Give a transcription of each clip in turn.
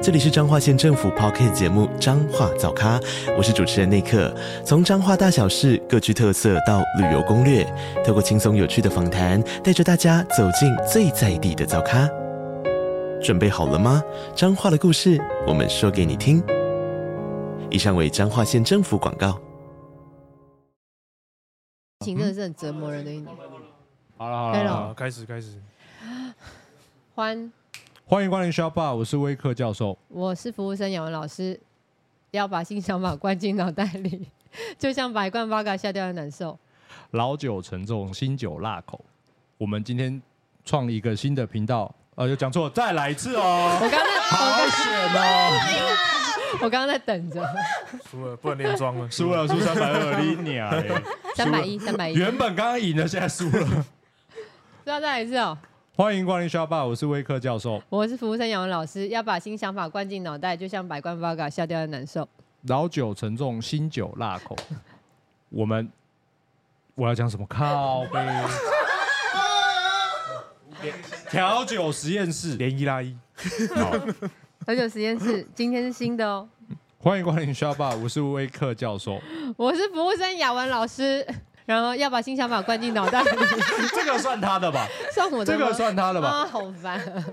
这里是彰化县政府 p o c k t 节目《彰化早咖》，我是主持人内克。从彰化大小事各具特色到旅游攻略，透过轻松有趣的访谈，带着大家走进最在地的早咖。准备好了吗？彰化的故事，我们说给你听。以上为彰化县政府广告。疫情真的是很折磨人的一年。好了好开了了好了，开始开始，欢，欢迎光临 Shop 啊 Bar，我是威克教授。我是服务生雅文老师，要把新想法灌进脑袋里， 就像把一罐八嘎下掉的难受。老酒沉重，新酒辣口。我们今天创立一个新的频道，呃，又讲错了，再来一次哦。我刚刚好险哦， 我刚刚在等 着，输了，不能连庄了，输。了输三百二，你娘 嘞！三百一，三百一，原本刚刚赢了，现在输了。不要再来一次哦。欢迎光临 Shop Bar，我是威克教授。我是服务生雅文老师，要把新想法灌进脑袋，就像把一罐八嘎下掉的难受。老酒沉重，新酒辣口。我们我要讲什么？靠背。调酒实验室，连一拉一，而且实验室今天是新的哦。欢迎光临 s h o p 我是威克教 授。 我是服务生雅文老师， 然后要把新想法灌进脑袋 里，这个算他的吧？算我的这吗个算他的吧？啊，好烦啊。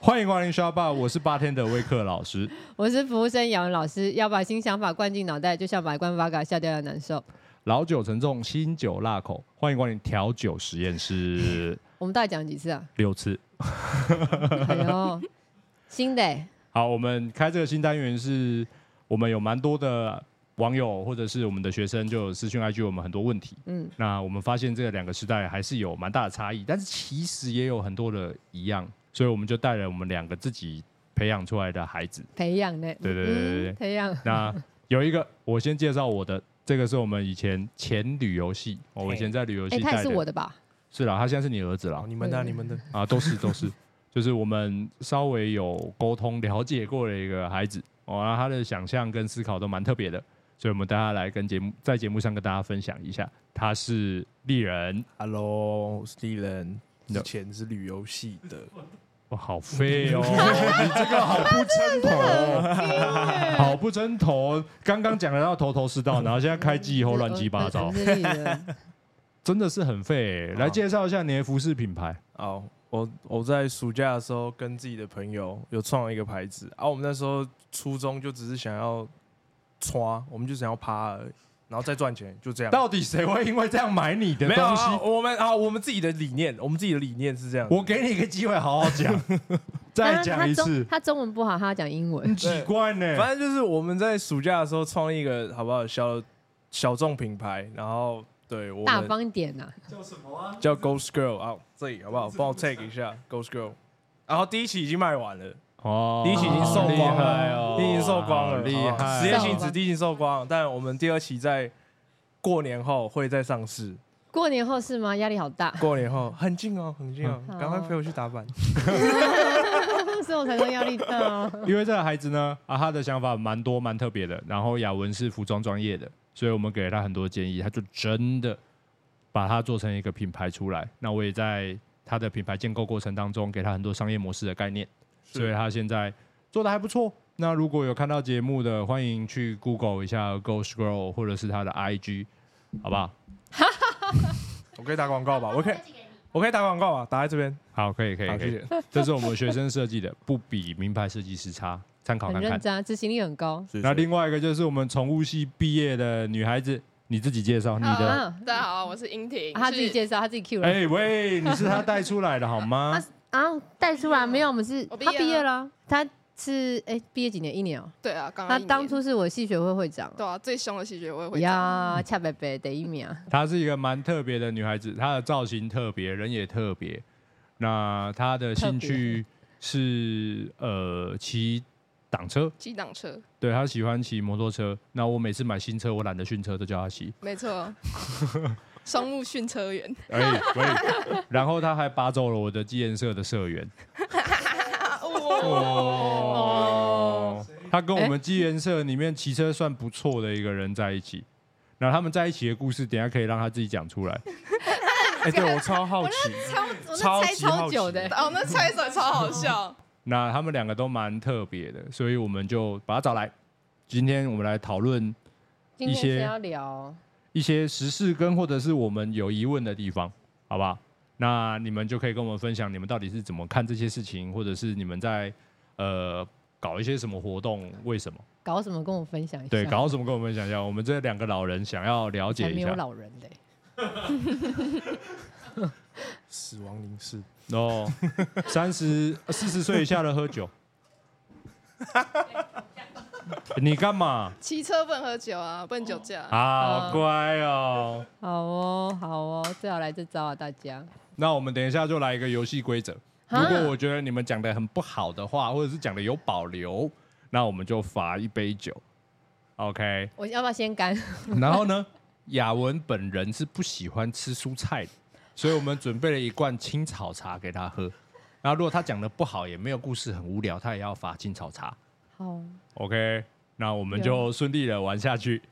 欢迎光临 s h o p 我是八天的威克老师。我是服务生杨文老师，要把新想法灌进脑袋，就像把一罐八嘎下掉的难受。老酒沉重，新酒辣口。欢迎光临调酒实 验室我们到底讲几次啊？六次。哎呦， 新的、欸，好，我们开这个新单元是，我们有蛮多的网友或者是我们的学生就有私讯 IG 我们很多问题。嗯，那我们发现这两个时代还是有蛮大的差异，但是其实也有很多的一样，所以我们就带了我们两个自己培养出来的孩 子。培养呢、对对对对对嗯培养。那有一个，我先介绍我的，这个是我们以前前旅游系，哦我以前在旅游哎、系他也带是我的的，吧？是啦，他现在是你儿子啦好，，你们的啊对你们的，啊，都是都是， 就是我们稍微有沟通了解过的一个孩子，哦，然后他的想象跟思考都蛮特别的，所以我们大家来跟节目在节目上跟大家分享一下，他是丽人， Hello，我是 Dylan， No 之前是旅游系的，哇，好废哦， 你这个好不称头哦，好不称头，哦刚刚讲的要头头是道，然后现在开机以后乱七八糟我。是你 的真的是很废欸、好来介绍一下你的服饰品牌，哦，我我在暑假的时候跟自己的朋友有创了一个牌子啊，我们那时候初中就只是想要穿，我们就想要趴而已，然后再赚钱，就这样。到底谁会因为这样买你的没有东西？啊，我们啊，我们自己的理念，我们自己的理念是这样。 我给你一个机会，好好讲， 再讲一他中次。他中文不好，他要讲英文 很。奇怪呢、反正就是我们在暑假的时候创立一个好不好小小众品牌，然后对我大们方一点啊呐、叫 Ghost Girl 啊，这里好不好？帮我啊 take 一下 Ghost Girl。然后第一期已经卖完了，哦第一期已经售光厉害了，哦，第一期已经售光了，厉好不好实害验哦。性质第一期售光，但我们第二期在过年后会再上市。过年后是吗？压力好 大，过年后很近哦，很近哦，嗯赶快陪我去打板。啊所以我才说压力大、啊。 因为这个孩子呢，啊，他的想法蛮多蛮特别的。然后雅文是服装专业的，所以我们给了他很多建议，他就真的把它做成一个品牌出来。那我也在他的品牌建构过程当中，给他很多商业模式的概念，是所以他现在做的还不错。那如果有看到节目的，欢迎去 Google 一下 Ghost Girl 或者是他的 IG，好不好？ 我可以打广告吧？我可以，我可以打广告吧？打在这边，好，可以，可以，好，可谢以。谢。这是我们学生设计的，不比名牌设计师差，参考很看看认。真啊，执行力很高。那另外一个就是我们宠物系毕业的女孩子，你自己介绍你的。啊，大家好，我是英婷。啊他自己是介绍，他自己 Q 了、哎、喂，你是他带出来的好吗？ 啊，带出来没有？我们是我毕业他了毕业了，他是哎毕、业几年？一年哦、对啊，刚刚他一年当初是我系学会会长。对啊最凶的戏剧我也会讲。呀，恰贝贝得一啊秒， 她是一个蛮特别的女孩子，她的造型特别，人也特别。那她的兴趣是呃骑挡车，机挡车，对她喜欢骑摩托车。那我每次买新车，我懒得训车，都叫她骑。没错，商务训车员，可以可 以。哎然后他还拔走了我的基研社的社员，哦，他跟我们基研社里面骑车算不错的一个人在一起。然后他们在一起的故事，等一下可以让他自己讲出来。哎，对我超好奇，超我那猜超级好超久奇的，哦，那猜手超好笑，那他们两个都蛮特别的，所以我们就把他找来。今天我们来讨论今一天些是要聊一些时事跟或者是我们有疑问的地方，好不好？那你们就可以跟我们分享你们到底是怎么看这些事情，或者是你们在呃搞一些什么活动，为什么？搞什么，跟我分享一下。对，搞什么跟我们分享一下。我们这两个老人想要了还解没一有下。老人的欸、死亡凝视，哦，三十呃四十岁以下的喝酒，你干嘛骑车不能喝酒啊，不能酒驾。啊？好乖哦。好哦，好哦，最好来这招啊，大家。那我们等一下就来一个游戏规则。如啊果我觉得你们讲的很不好的话，或者是讲的有保留，那我们就罚一杯酒。OK，我要不要先干？ 然后呢，雅文本人是不喜欢吃蔬菜的，所以我们准备了一罐青草茶给他喝。然后如果他讲的不好，也没有故事，很无聊，他也要罚青草茶。好， OK，那我们对啊就顺利的玩 下去。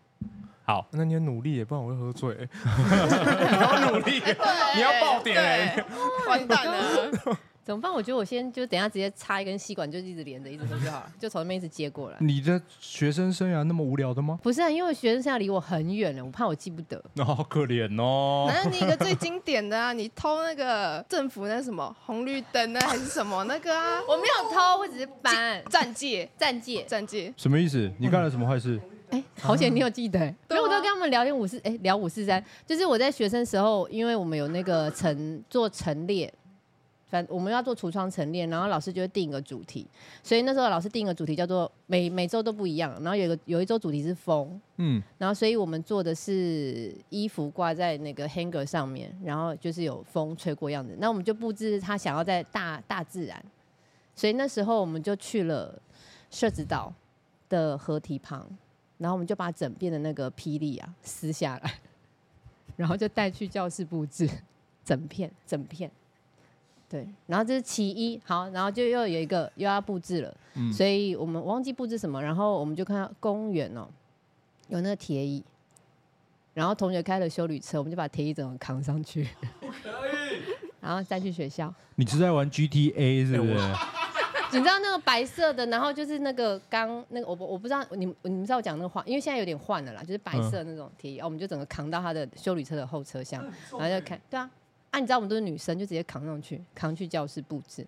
好，那你要努力耶，不然我会喝醉耶。努力。对你要爆点欸对 完 蛋了，怎么办？我觉得我先就等一下直接插一根吸管，就一直连着，一直喝就好了，就从那边一直接过来。 你的学生生涯那么无聊的吗？不是、啊，因为学生现在离我很远了，我怕我记不得。那、 好可怜哦。反正你一个最经典的啊，你偷那个政府那什么红绿灯呢，还是什么那个啊？我没有偷，我只是搬战戒，暂借。战戒，什么意思？你干了什么坏事？哎、好险你有记得、欸，因对为我都啊跟他们聊天五四，哎、聊五四三，就是我在学生时候，因为我们有那个陈做陈列，反我们要做橱窗陈列，然后老师就会定一个主题，所以那时候老师定一个主题叫做每每周都不一样，然后有一个有一周主题是风，嗯，然后所以我们做的是衣服挂在那个 hanger 上面，然后就是有风吹过样子，那我们就布置他想要在大大自然，所以那时候我们就去了社子岛的河堤旁，然后我们就把整片的那个霹雳啊撕下来， 然后就带去教室布置，整片整片。对，然后这是其一，好，然后就又有一个又要布置了，嗯所以我们忘记布置什么，然后我们就看到公园哦，有那个铁椅，然后同学开了修旅车，我们就把铁椅整个扛上去， 然后再去学校。你是在玩 GTA 是不是？你知道那个白色的，然后就是那个钢那个我不我不知道你们你们知道我讲那个换，因为现在有点换了啦，就是白色那种铁椅，哦我们就整个扛到他的修理车的后车厢，然后就看，对啊，啊，你知道我们都是女生，就直接扛上去，扛去教室布置，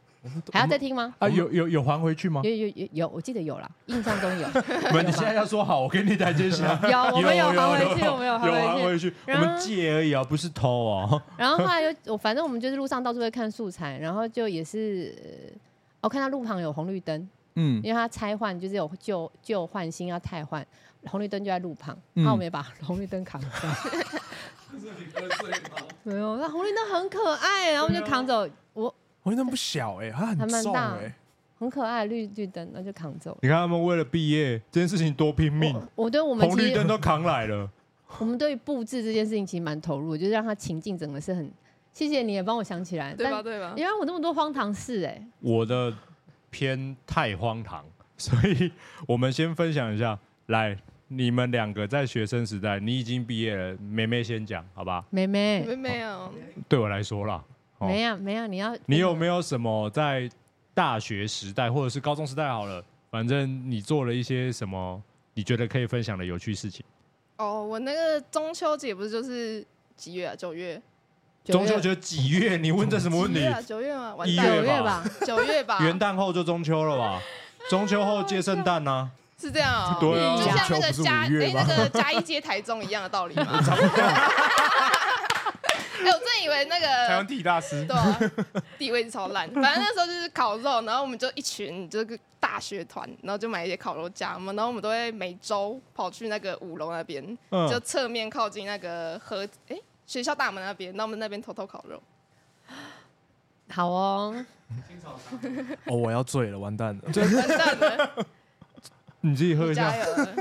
还要再听吗？啊，有有有还回去吗有？有有有，我记得有啦，印象中有，不是，你现在要说好，我给你台阶下。 有我们有还回去，有我们有啊有还还回去。回去，我然后们借而已啊，不是 偷哦。然后后来又我反正我们就是路上到处会看素材，然后就也是，我、哦、看到路旁有红绿灯，嗯，因为它拆换就是有旧旧换新要汰换，红绿灯就在路旁，嗯那、我们也把红绿灯扛走。没有，那红绿灯很可爱，然后我们就扛走，啊我哦我那不小哎，它还很蛮重大欸哎，很可爱的绿绿灯，然后就扛走。你看他们为了毕业这件事情多拼命，我对我们红其绿灯实都扛来了。我们对于布置这件事情其实蛮投入的，就是让它情境整个是很。谢谢你也帮我想起来，对啊吧？但对吧？你让我那么多荒唐事哎、我的偏太荒唐， 所以我们先分享一下。来，你们两个在学生时代，你已经毕业了，梅梅先讲，好吧？妹妹没没有，对我来说啦，哦没有没有，啊你要你有没有什么在大学时代或者是高中时代好了，反正你做了一些什么你觉得可以分享的有趣事情？哦，我那个中秋节不是就是几月啊？九月？中秋节几月？你问这什么问几题月？啊？九月吗？完一蛋九了，月月吧吧？ 九月吧？元旦后就中秋了吧？中秋后接圣诞呢？是这样啊？对啊就像那个中秋不是嘉五月啊哎吗那个嘉义街台中一样的道理 嘛。差不多。哎，我真以为那呃台湾个地理大师 对啊，地位超烂。反正那时候就是烤肉，然后我们就一群就是大学团，然后就买一些烤肉夹嘛，然后我们都会每周跑去那个五楼那边，嗯就侧面靠近那个河，哎，学校大门那边，那我们那边偷偷烤 肉。好哦，哦，我要醉了，完蛋 了。完蛋了，你自己喝一加下，油了！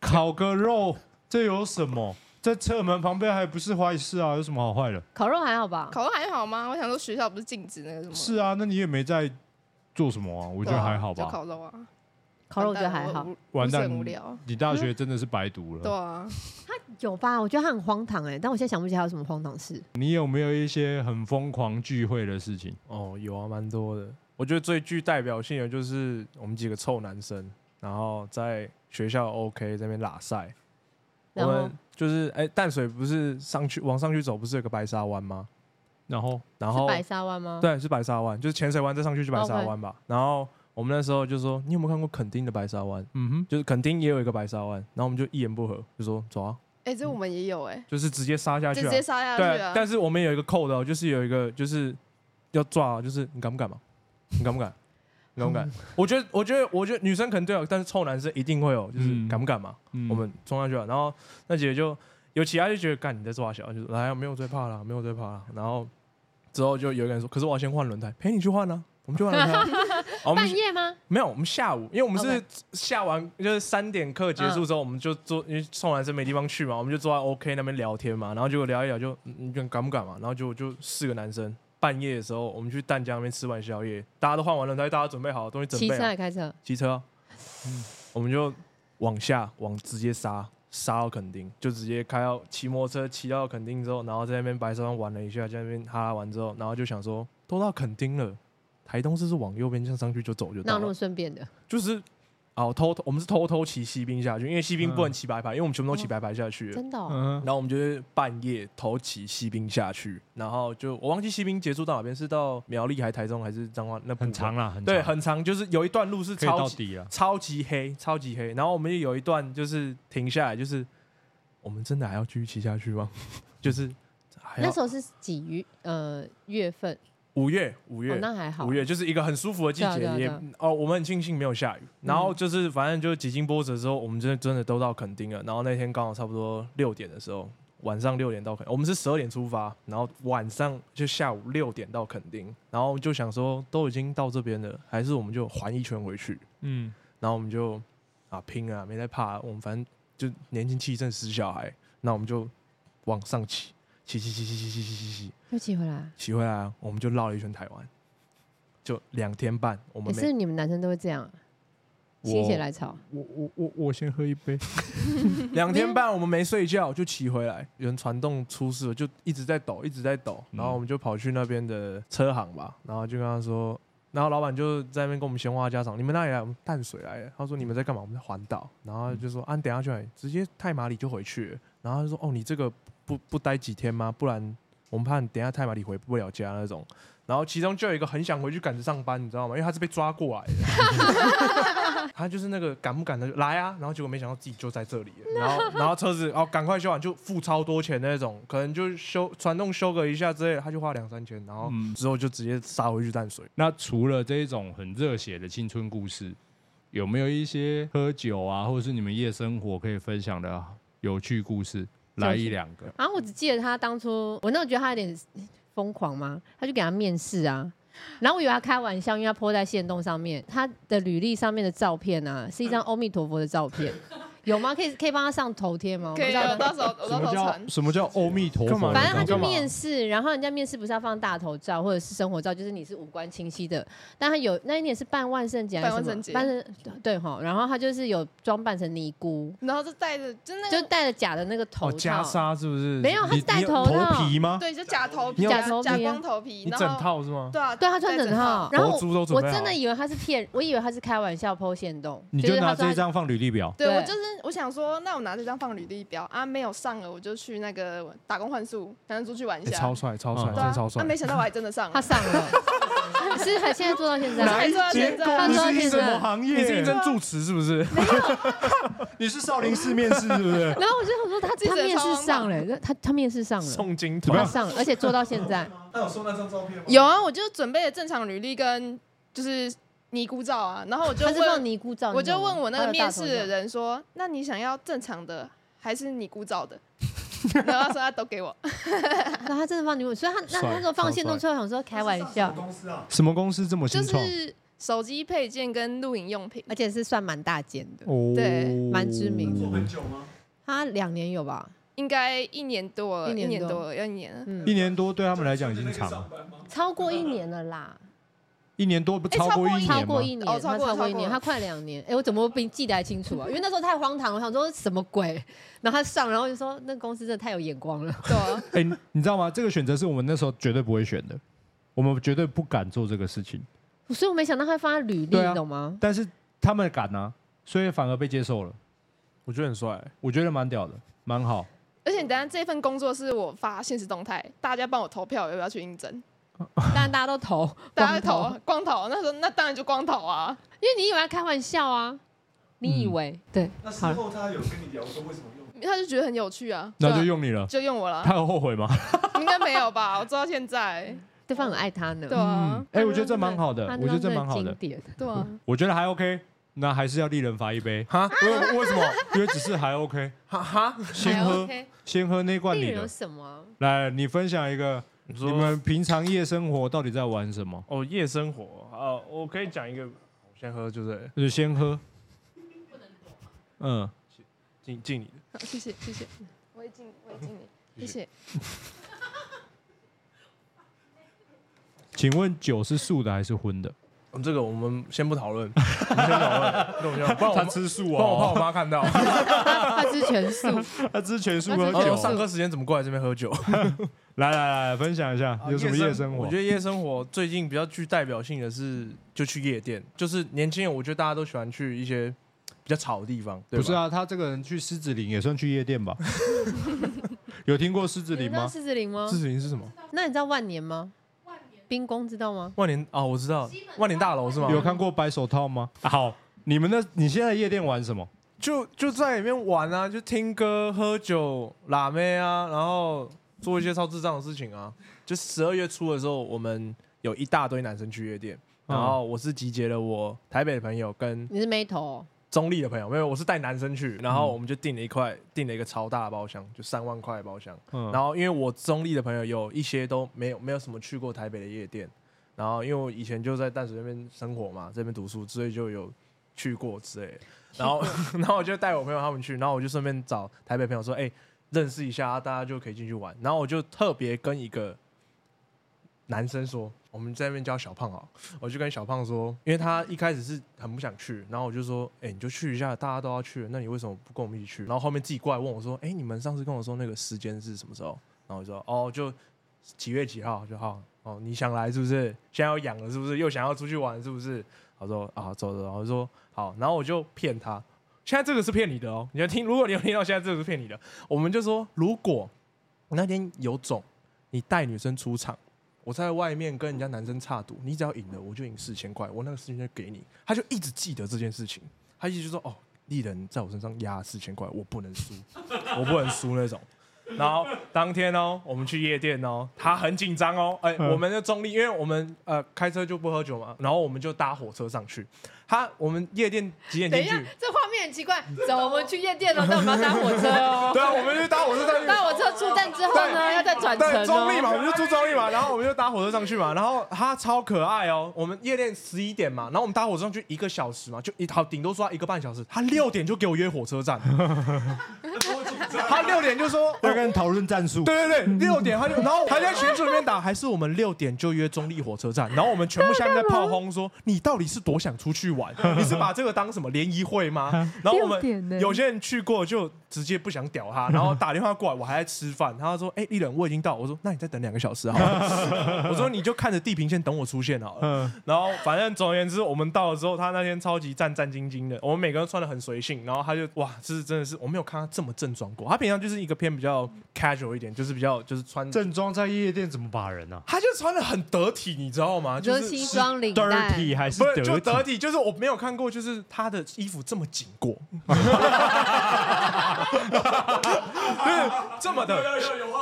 烤个肉，这有什么？在侧门旁边还不是坏事啊，有什么好坏的？烤肉还好吧？ 烤肉还好吗？我想说学校不是禁止那个什么？是啊，那你也没在做什么啊，我觉得还好就吧。烤肉啊，烤肉我觉得完蛋还了好我，无完蛋我是很无聊。嗯你大学真的是白读对了。啊，有吧？我觉得他很荒唐哎、但我现在想不起还有什么荒唐事。你有没有一些很疯狂聚会的事情？哦，有啊，蛮多的。我觉得最具代表性的就是我们几个臭男生，然后在学校 OK 这边拉赛。我然后们就是哎、淡水不是上去往上去走，不是有个白沙湾吗？然后然是后白沙湾吗？，对，啊是白沙湾，就是浅水湾再上去就白沙 OK 湾吧。然后我们那时候就说，你有没有看过垦丁的白沙湾？嗯哼，就是垦丁也有一个白沙湾，然后我们就一言不合就说走啊，哎，这我们也有哎，就是直接杀下去、直啊接。杀下对去啊啊，！但是我们有一个扣的、哦，就是有一个就是要抓、就是你敢不敢嘛？你敢不 敢？你敢不敢？我觉得，我觉得，我觉得女生可能对有，啊但是臭男生一定会有，就是嗯敢不敢嘛？嗯我们冲上去啊了，然后那姐姐就有其他就觉得干你在抓小，就是来啊，没有最怕了，没有最怕了。然后之后就有一个人说，可是我要先换轮胎，陪你去换啊，我们去换轮胎 啊。好我们半夜吗？没有，我们下午，因为我们是 OK 下完就是三点课结束之后，我们就坐，因为送男生没地方去嘛，我们就坐在 OK 那边聊天嘛，然后结果聊一聊就，嗯你敢敢不敢嘛？然后就就四个男生，半夜的时候，我们去淡江那边吃完宵夜，大家都换完轮胎，大家准备好东西准骑备车好，还开车？骑车啊，我们就往下往直接杀，杀到垦丁，就直接开到骑摩托车骑到垦丁之后，然后在那边白沙湾玩了一下，在那边哈拉完之后，然后就想说都到垦丁了，台东是不是往右边这样上去就走就到那了路？顺便的，就是哦，偷偷我们是偷偷骑西兵下去，因为西兵不能嗯骑白牌，因为我们全部都骑白牌下去了。真的、哦嗯然后我们就是半夜偷骑西兵下去，然后就我忘记西兵结束到哪边，是到苗栗还是台中还是彰化那部分很长，啦，啊很对，长很长，就是有一段路是可以到超级底了。超级黑，超级黑。然后我们也有一段就是停下来，就是我们真的还要继续骑下去吗？ 就是还那要时候是几月？呃，月份？五月五月、哦，那还好。五月就是一个很舒服的季节，对啊对啊也对啊哦，我们很庆幸没有下雨。然后就是反正就几经波折之后，我们真的真的都到垦丁了。然后那天刚好差不多六点的时候，晚上六点到垦，我们是十二点出发，然后晚上就下午六点到垦丁。然后就想说，都已经到这边了，还是我们就环一圈回去。嗯，然后我们就啊拼了啊，没在怕啊、我们反正就年轻气盛死小孩，那我们就往上骑，骑骑骑骑骑骑骑骑骑。又骑回来，骑回来啊，我们就绕了一圈台湾，就两天半。我也们是每你们男生都会这样啊，我心血来潮。我我我我先喝一杯。 两天半我们没睡觉就骑回来，有人传动出事了，就一直在抖，一直在抖。嗯然后我们就跑去那边的车行吧，然后就跟他说，然后老板就在那边跟我们闲话家常，你们那里来？我们淡水来的。他说你们在干嘛？我们在环岛。然后他就说啊，你等一下就来，直接太马里就回去了。然后他就说哦，你这个不不待几天吗？不然我们怕你等一下太马里回不了家那种。然后其中就有一个很想回去赶着上班，你知道吗？因为他是被抓过来的，他就是那个赶不赶的来啊，然后结果没想到自己就在这里了，然后然后车子哦赶快修完就付超多钱那种，可能就修传动修个一下之类的，他就花两三千，然后嗯之后就直接杀回去淡水。那除了这一种很热血的青春故事，有没有一些喝酒啊，或者是你们夜生活可以分享的有趣故事？来一两个，啊，我只记得他当初，我那时候觉得他有点疯狂嘛，他就给他面试啊。然后我以为他开玩笑，因为他 po 在线动上面，他的履历上面的照片啊，是一张阿弥陀佛的照 片，有吗？可以可以帮他上头贴吗？我不可以知道啊，我到时候我什到时么候叫传。什么叫阿弥陀干佛？嘛反正他就干嘛面试，然后人家面试不是要放大头照或者是生活照，就是你是五官清晰的。但他有那一年是办万圣节还是什么，办万圣节圣对哈，然后他就是有装扮成尼姑，然后就带着，就那就个戴着假的那个头哦，套，袈裟是不是？没有，他你是戴你头头套，皮吗？对，就假头你皮，有假假头皮啊假光头皮，你整然后套是吗？对啊，对他穿戴整套，然佛后珠都准我备好真的以为他是骗，我以为他是开玩笑剖线动，你就是他拿这一说他。张放履历表，对对我就是我想说，那我拿这张放履历表啊，没有上了，我就去那个打工换宿，反正出去玩一欸下。超帅，超帅，嗯真的对啊超，帅啊，。没想到我还真的上他了。上了， 是还现在做到现在，哪一结果他你做到现在，行你是应征住持是不是？你是少林寺面试是 不是？然后我就想说他记他者面超试忙上了，他他面试上了，宋金怎么他团样上了，而且做到现在。那有收那张照片吗？有啊，我就准备了正常履历跟就是尼姑照啊，然后我就他是放问，尼姑照，我就问我那个呃面试的，的人说，那你想要正常的还是尼姑照的？ 然后他说他都给我，那他真的放尼姑，所以他那帅那时候放线动出来，想说开玩笑，什么公司这么就新创？是手机配件跟录影用品，而且是算蛮大件的，哦对蛮知名的的。他两年有吧？应该一年多了，一一年年多多了，要一年了。嗯一，年多对他们来讲已经长了，超过一年了啦，一年多不哎超超过一过一年超吗？过一年，哦超他过超过一超过年，他快两年。哎，我怎么比记得还清楚啊？因为那时候太荒唐，我想说什么鬼？然后他上，然后就说那公司真的太有眼光了。对啊，哎、你你知道吗？这个选择是我们那时候绝对不会选的，我们绝对不敢做这个事情。所以我没想到他会放在履历，对啊你懂吗？但是他们敢啊，所以反而被接受了。我觉得很帅，，我觉得蛮屌的，蛮好。而且你等下这份工作是我发现实动态，大家帮我投票要不要去应征？但大家都投， 大光家投，啊光投，那时候那当然就光投啊。因为你以为他开玩笑啊，你以嗯为对，好了，他有跟你聊说为什么用？他就觉得很有趣啊，那对就啊用你了。就用我了他，有后悔吗？应该没有吧？我做到现在，对方很爱他呢对。啊，哎、我觉得这蛮好的他，我觉得这蛮好经的，典，对啊，我觉得还 OK。那还是要立人罚一杯哈为为什么？ 因为只是还 OK，哈哈，先喝 OK 先喝那罐病你人有的。什 么？来，你分享一个，你你们平常夜生活到底在玩什么？哦，夜生活，呃，我可以讲一个，我先喝就是就是先喝。嗯，敬敬你的，好谢谢谢谢，我也敬我也嗯敬你，谢谢。请问酒是素的还是荤的？我嗯们这个我们先不讨论， 我们先不讨论，这个我们先不然我他妈吃素不然我怕我哦，妈看 到，他吃全素，他吃全素他喝吃然后全酒哦素。哦上课时间怎么过来这边喝酒？来来来，分享一下 有什么哦夜生活我觉？得夜生活最近比较具代表性的是，就去夜店，就是年轻人，我觉得大家都喜欢去一些比较吵的地方，对吧？不是，啊，他这个人去狮子林也算去夜店 吧？有听过狮子你林知道吗？狮子林吗自？主营是什么？那你知道万年吗？冰宫知道吗？万年啊、我知道，万年大楼是吗？有看过白手套吗？啊好，你们那你现在夜店玩什么？就就在里面玩啊，就听歌、喝酒、拉妹啊，然后做一些超智障的事情啊。就十二月初的时候，我们有一大堆男生去夜店，然后我是集结了我台北的朋友跟你是没头哦中立的朋友，没有，我是带男生去，然后我们就订了一块，订了一个超大的包厢，就三万块的包厢。嗯然后因为我中立的朋友有一些都没有没有什么去过台北的夜店，然后因为我以前就在淡水那边生活嘛，这边读书，所以就有去过之类的。然后 然后我就带我朋友他们去，然后我就顺便找台北朋友说，哎、认识一下，大家就可以进去玩。然后我就特别跟一个男生说，我们在那边叫小胖好，我就跟小胖说，因为他一开始是很不想去，然后我就说，哎、你就去一下，大家都要去了，那你为什么不跟我们一起去？然后后面自己过来问我说，哎、你们上次跟我说那个时间是什么时候？然后我就说，哦，就几月几号就好。哦，你想来是不是？现在要养了是不是？又想要出去玩是不是？我说啊，走走。我说好，然后我就骗他。现在这个是骗你的哦，你要听，如果你有听到现在这个是骗你的，我们就说，如果那天有种，你带女生出场，我在外面跟人家男生插赌，你只要赢了，我就赢四千块，我那个四千块给你。他就一直记得这件事情，他一直就说哦，艺人在我身上压四千块，我不能输，我不能输那种。然后当天哦，我们去夜店哦，他很紧张哦，哎、嗯我们的中立，因为我们呃开车就不喝酒嘛，然后我们就搭火车上去。他我们夜店几点等进一下去？，这画面很奇怪。走，我们去夜店了，但 我们要搭火车哦。对啊，我们就搭火车上去。搭火车出站之后呢，对要再转乘对，中立嘛，哦。我们就住中立嘛，然后我们就搭火车上去嘛，然后他超可爱哦。我们夜店十一点嘛，然后我们搭火车上去一个小时嘛，就一好顶多说他一个半小时，他六点就给我约火车站，他六点就说。要跟你讨论战嗯术。对对对，六点他就，然后他在群组里面打，还是我们六点就约中立火车站，然后我们全部下面在炮轰说，你到底是多想出去 玩？你是把这个当什么联谊会吗？然后我六点呢们有些人去过就直接不想屌他，然后打电话过来，我还在吃饭，他说，哎，丽人我已经到，我说那你再等两个小时好了，我说你就看着地平线等我出现好了。嗯，然后反正总而言之，我们到了之后，他那天超级战战兢兢的，我们每个人穿的很随性，然后他就哇，这是真的是我没有看他这么正装过，他平常就是一个偏比较 casual 一点，就是比较就是穿，正装在夜店怎么把人啊？他就穿的很得体，你知道吗？就就是是西。装领带， dirty 还是不是，就得体？体，就是我没有看过，就是他的衣服这么紧过，就是这么的，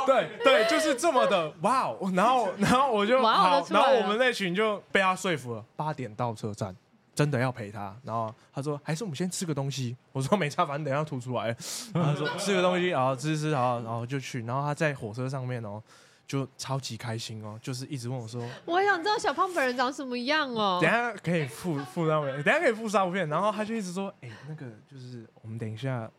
对对，就是这么的，哇哦！然后然后我就哇哦好都，出来然了后我们那群就被他说服了，八点到车站，真的要陪他。然后他说，还是我们先吃个东西。我说没差，反正等一下吐出来了。然后他说吃个东西，然后吃吃，然后然后就去。然后他在火车上面哦，就超级开心哦，就是一直问我说，我想知道小胖本人长什么样哦等一。下可以附附照片，等一下可以附照片。然后他就一直说，哎、那个就是我们等一下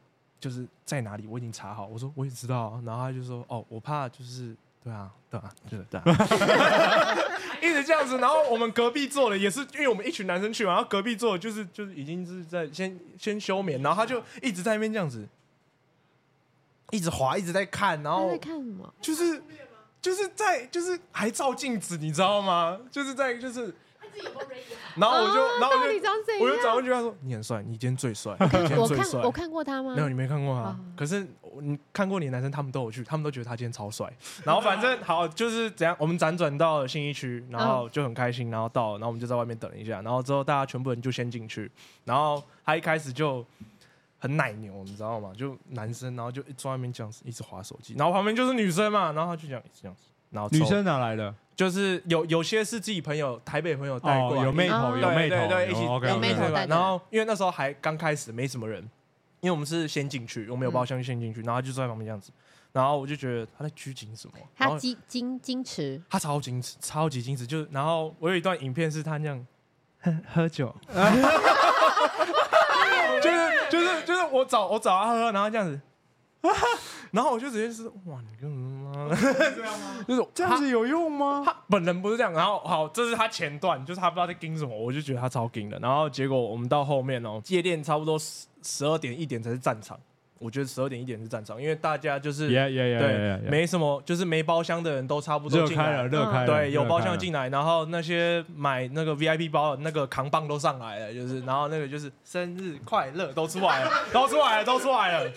就是在哪里，我已经查好。我说我也知道啊、然后他就说哦，我怕就是对啊，对啊，就是对啊，一直这样子。然后我们隔壁坐的也是，因为我们一群男生去嘛，然后隔壁坐的就是就是已经是在先先休眠，然后他就一直在那边这样子，一直滑，一直在看，然他后在看什么？就是就是在就是还照镜子，你知道吗？就是在就是，然哦后我就、啊然后到我底就长怎我就转样？过去，他说你很帅，你今天最帅，你今天我最看帅我。看过他吗没？有，你没看过哦。啊可是我你看过你的男生，他们都有去，他们都觉得他今天超帅。然后反正好就是怎样，我们辗转到了信义区，然后就很开心，然后到了，然后我们就在外面等了一下，然后之后大家全部人就先进去，然后他一开始就很奶牛，你知道吗？就男生，然后就一坐在外面这样子，一直划手机，然后旁边就是女生嘛，然后他就这样一直这样子，然后抽女生哪来的？就是有有些是自己朋友台北朋友带过哦，来，有妹头，哦有妹头，对对对，一起 OK，有妹头对吧带着然后因为那时候还刚开始，没什么人，因为我们是先进去，我们有包厢先嗯进去，然后他就坐在旁边这样子，然后我就觉得他在拘谨什么，他然后矜矜矜持，他超矜持，超级矜持，就是然后我有一段影片是他那样 喝喝酒， 就是就是就是我找我找他喝，然后这样子。 然后我就直接是哇，你干嘛？ 就是哦这样子有用吗？他本人不是这样，然后好，这是他前段，就是他不知道在盯什么，我就觉得他超盯的。然后结果我们到后面哦，夜店差不多十十二点一点才是战场，我觉得十二点一点是战场，因为大家就是也也也对也没什么，就是没包厢的人都差不多热进开来了，热开了，对，有包厢进。进来，然后那些买那个 VIP 包的那个扛棒都上来了，就是，然后那个就是生日快乐都出来了，都出来了，都出来了。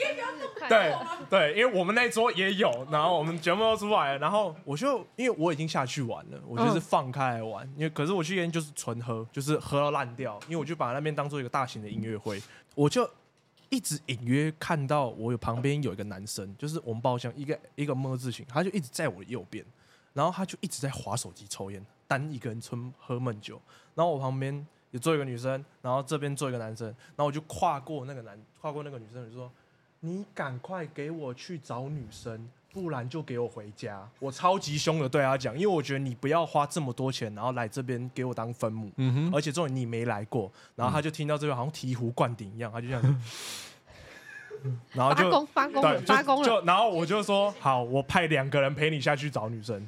对对，因为我们那一桌也有，然后我们全部都出来了，然后我就因为我已经下去玩了，我就是嗯放开来玩，因为可是我去烟就是纯喝，就是喝到烂掉，因为我就把那边当做一个大型的音乐会，我就一直隐约看到我有旁边有一个男生，就是我们包厢一个一个么字形，他就一直在我的右边，然后他就一直在划手机抽烟，单一个人抽喝闷酒，然后我旁边也坐一个女生，然后这边坐一个男生，然后我就跨过那个男，跨过那个女生，我就说你赶快给我去找女生。不然就给我回家！我超级凶的对他讲，因为我觉得你不要花这么多钱，然后来这边给我当分母，嗯哼，而且重点你没来过，然后他就听到这个好像醍醐灌顶一样，他就这样子，然后发就功发功了对，就发功了，就然后我就说好，我派两个人陪你下去找女生，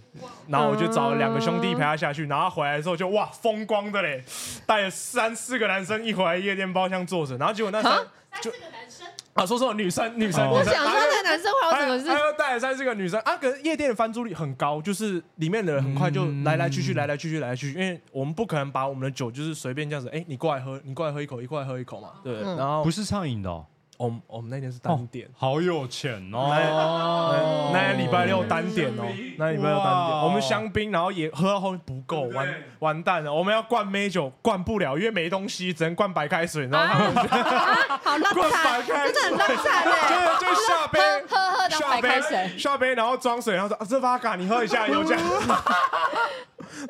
然后我就找了两个兄弟陪他下去，然后他回来的时候就哇风光的嘞，带了三四个男生一回来夜店包厢坐着，然后结果那三就啊，说说女生女生，哦女我生想说然后那男生会有什么他事？又带了三四个女生啊，可是夜店的翻租率很高，就是里面的人很快就来来去去，来来去去，来来去去，因为我们不可能把我们的酒就是随便这样子，哎，你过来喝，你过来喝一口，你过来喝一口嘛，对不对。嗯然后不是上瘾的哦，我们我们那天是单点，好有钱那哦，那天礼拜六单点哦，那天礼拜六单点，哇我们香槟，然后也喝到后面不够，完完蛋了，我们要灌美酒，灌不了，因为没东西，只能灌白开水，你知道吗？啊，好浪灌白惨，开真的水，很浪惨哎！ 就就下杯，喝喝 喝当下白杯开水，下杯，然后装水，然后说、啊、这八嘎，你喝一下有奖。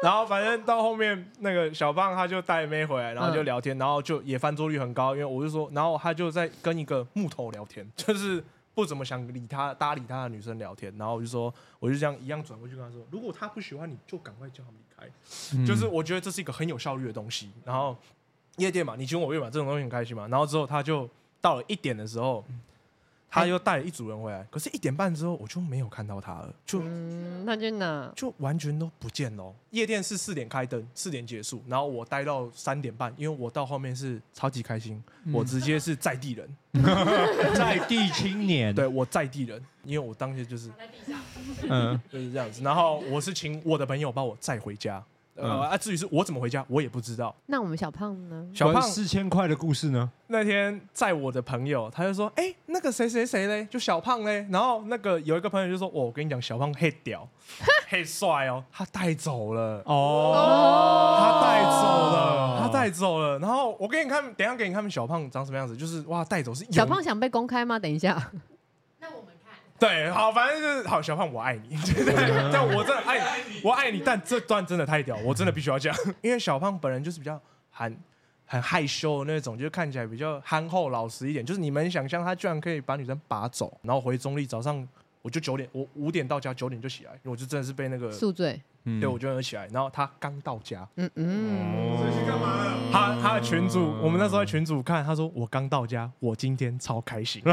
然后反正到后面那个小胖他就带妹回来，然后就聊天，然后就也翻桌率很高，因为我就说，然后他就在跟一个木头聊天，就是不怎么想理他搭理他的女生聊天，然后我就说，我就这样一样转过去跟他说，如果他不喜欢你就赶快叫他们离开，就是我觉得这是一个很有效率的东西。然后夜店嘛，你情我愿嘛，这种东西很开心嘛。然后之后他就到了一点的时候，他又带了一组人回来，可是，一点半之后我就没有看到他了，就嗯，他去哪？就完全都不见了哦。夜店是四点开灯，四点结束，然后我待到三点半，因为我到后面是超级开心，我直接是在地人，在地青年，对我在地人，因为我当时就是嗯，就是这样子。然后我是请我的朋友把我载回家，呃、嗯啊，至于是我怎么回家，我也不知道。那我们小胖呢？小胖四千块的故事呢？那天在我的朋友，他就说：“哎、那个谁谁谁嘞，就小胖嘞。”然后那个有一个朋友就说：“哦我跟你讲，小胖嘿 屌，嘿帅哦，他带走了，哦，他带走了，他带走了。”然后我给你看，等一下给你看小胖长什么样子，就是哇，带走是有小胖想被公开吗？等一下，对，好，反正就是好，小胖我爱你， 对对对但我真的爱你，我爱你，但这段真的太屌，我真的必须要讲， 因为小胖本人就是比较含。很害羞的那种，就是看起来比较憨厚老实一点。就是你们想象他居然可以把女生拔走，然后回中立，早上我就九点，我五点到家，九点就起来，因为我就真的是被那个，宿醉。对我就起来。然后他刚到家，嗯嗯，干嘛？他他的群主，我们那时候在群主看，他说我刚到家，我今天超开 心。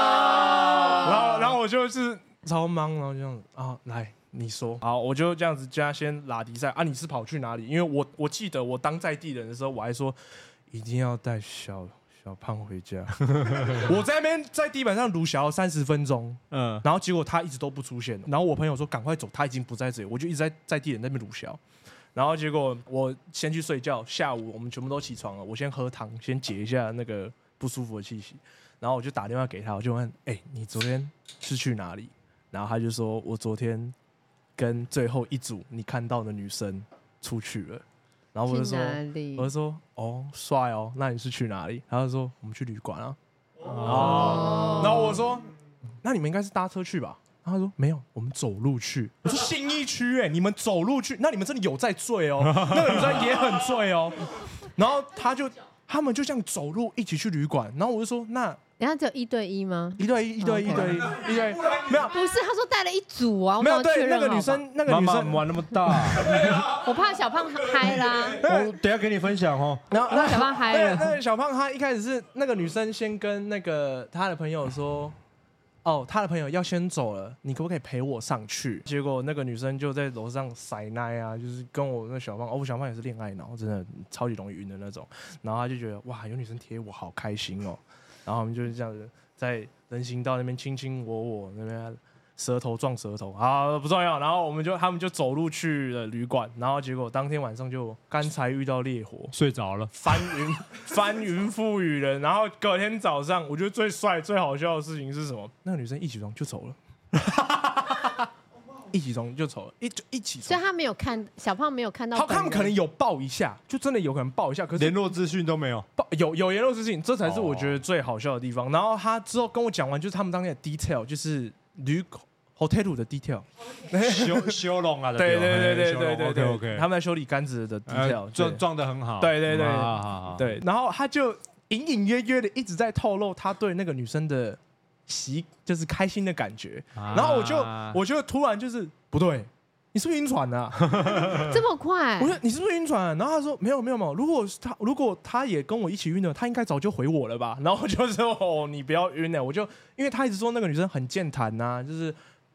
然后然后我就是超忙，然后就这样子啊，来你说，好，我就这样子加先拉迪赛啊，你是跑去哪里？因为我我记得我当在地人的时候，我还说一定要带小小胖回家。 我在那边在地板上撸小三十分钟，嗯，然后结果他一直都不出现，然后我朋友说赶快走，他已经不在这里，我就一直在在地人那边鲁小，然后结果我先去睡觉，下午我们全部都起床了，我先喝汤，先解一下那个不舒服的气息，然后我就打电话给他，我就问，哎、你昨天是去哪里？然后他就说我昨天跟最后一组你看到的女生出去了，然后我就去说，哪里我就？说哦帅哦，那你是去哪里？他就说我们去旅馆啊。哦然后我说，那你们应该是搭车去吧？然后他说没有，我们走路去。我说信义区哎、你们走路去，那你们真的有在醉哦，那个女生也很醉哦。然后他就他们就这样走路一起去旅馆，然后我就说那人家只有一对一吗？一对一一对一一对一一对一没有。不是，他说带了一组啊，我没有想要确对那认个女好吧，生，那个妈女妈我们生，玩那么大， 我怕小胖嗨啦，我等一下给你分享哦。然后我怕小胖嗨那个那了，个小胖，他一开始是那个女生先跟那个他的朋友说，哦，他的朋友要先走了，你可不可以陪我上去？结果那个女生就在楼上塞奶啊，就是跟我那小胖，哦，我小胖也是恋爱脑，真的超级容易晕的那种。然后他就觉得哇，有女生贴我好开心哦。然后我们就是这样子在人行道那边卿卿我我那边。舌头撞舌头，好不重要。然后我们就他们就走路去了旅馆，然后结果当天晚上就干柴遇到烈火，睡着 了，翻云 翻云覆雨了。然后隔天早上，我觉得最帅、最好笑的事情是什么？那个女生一起床就走了， 一起床就走了，一就一起所以床。他没有看小胖没有看到他本人，他们可能有抱一下，就真的有可能抱一下，可是联络资讯都没 有。抱有有言论事情，这才是我觉得最好笑的地方。然后他之后跟我讲完，就是他们当天的 detail，就是旅 hotel 的 detail，修修容啊，对对对对对对对呃 o 他 k OK，们在修理杆子的 detail，对呃撞撞的很好，对对对好好好，对，然后他就隐隐约约的一直在透露他对那个女生的喜，就是开心的感觉。啊然后我就我就突然就是不对，你是不是晕船 啊？这么快我，说你是不是晕船、啊然后他说没有没有没有，如果是他如果他也跟我一起晕了，他应该早就回我了吧？然后我就说哦，你不要晕了，我就因为他一直说那个女生很健谈呐、就是。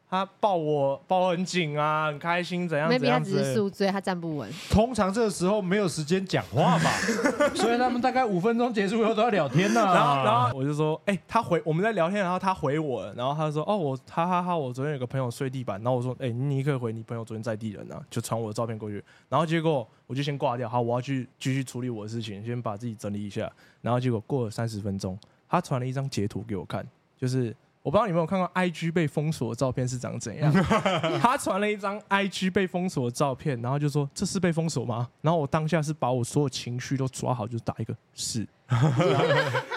她抱我抱很紧啊，很开心，怎样 maybe 他怎样只之类的是宿醉，他站不稳。通常这个时候没有时间讲话嘛， 所以他们大概五分钟结束以后都要聊天 呐、然后，然后我就说，哎、他回我们在聊天，然后他回我了，然后他说，哦，我哈哈哈，我昨天有个朋友睡地板，然后我说，哎、你可以回你朋友昨天在地人啊，就传我的照片过去，然后结果我就先挂掉，好，我要去继续处理我的事情，先把自己整理一下，然后结果过了三十分钟，他传了一张截图给我看，就是。我不知道你们有看过 IG 被封锁的照片是长怎样，他传了一张 IG 被封锁的照片，然后就说这是被封锁吗？然后我当下是把我所有情绪都抓好，就打一个是，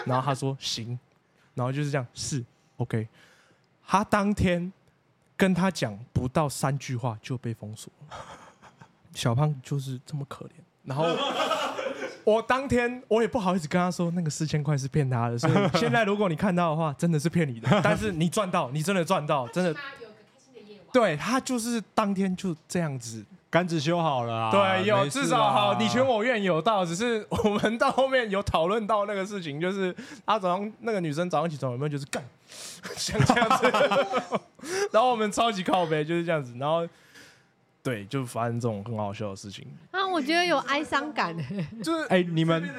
然后他说行，然后就是这样是 OK。他当天跟他讲不到三句话就被封锁了，小胖就是这么可怜。然后我当天我也不好意思跟他说那个四千块是骗他的，所以现在如果你看到的话，真的是骗你的，但是你赚到，你真的赚到，真的。对他就是当天就这样子，杆子修好了、啊，对，有没事啊至少好，你情我愿有到，只是我们到后面有讨论到那个事情，就是他早上那个女生早上起床有没有就是干， 像这样子， 然后我们超级靠背就是这样子，然后对，就发生这种很好笑的事情，啊，我觉得有哀伤感。就是哎、你们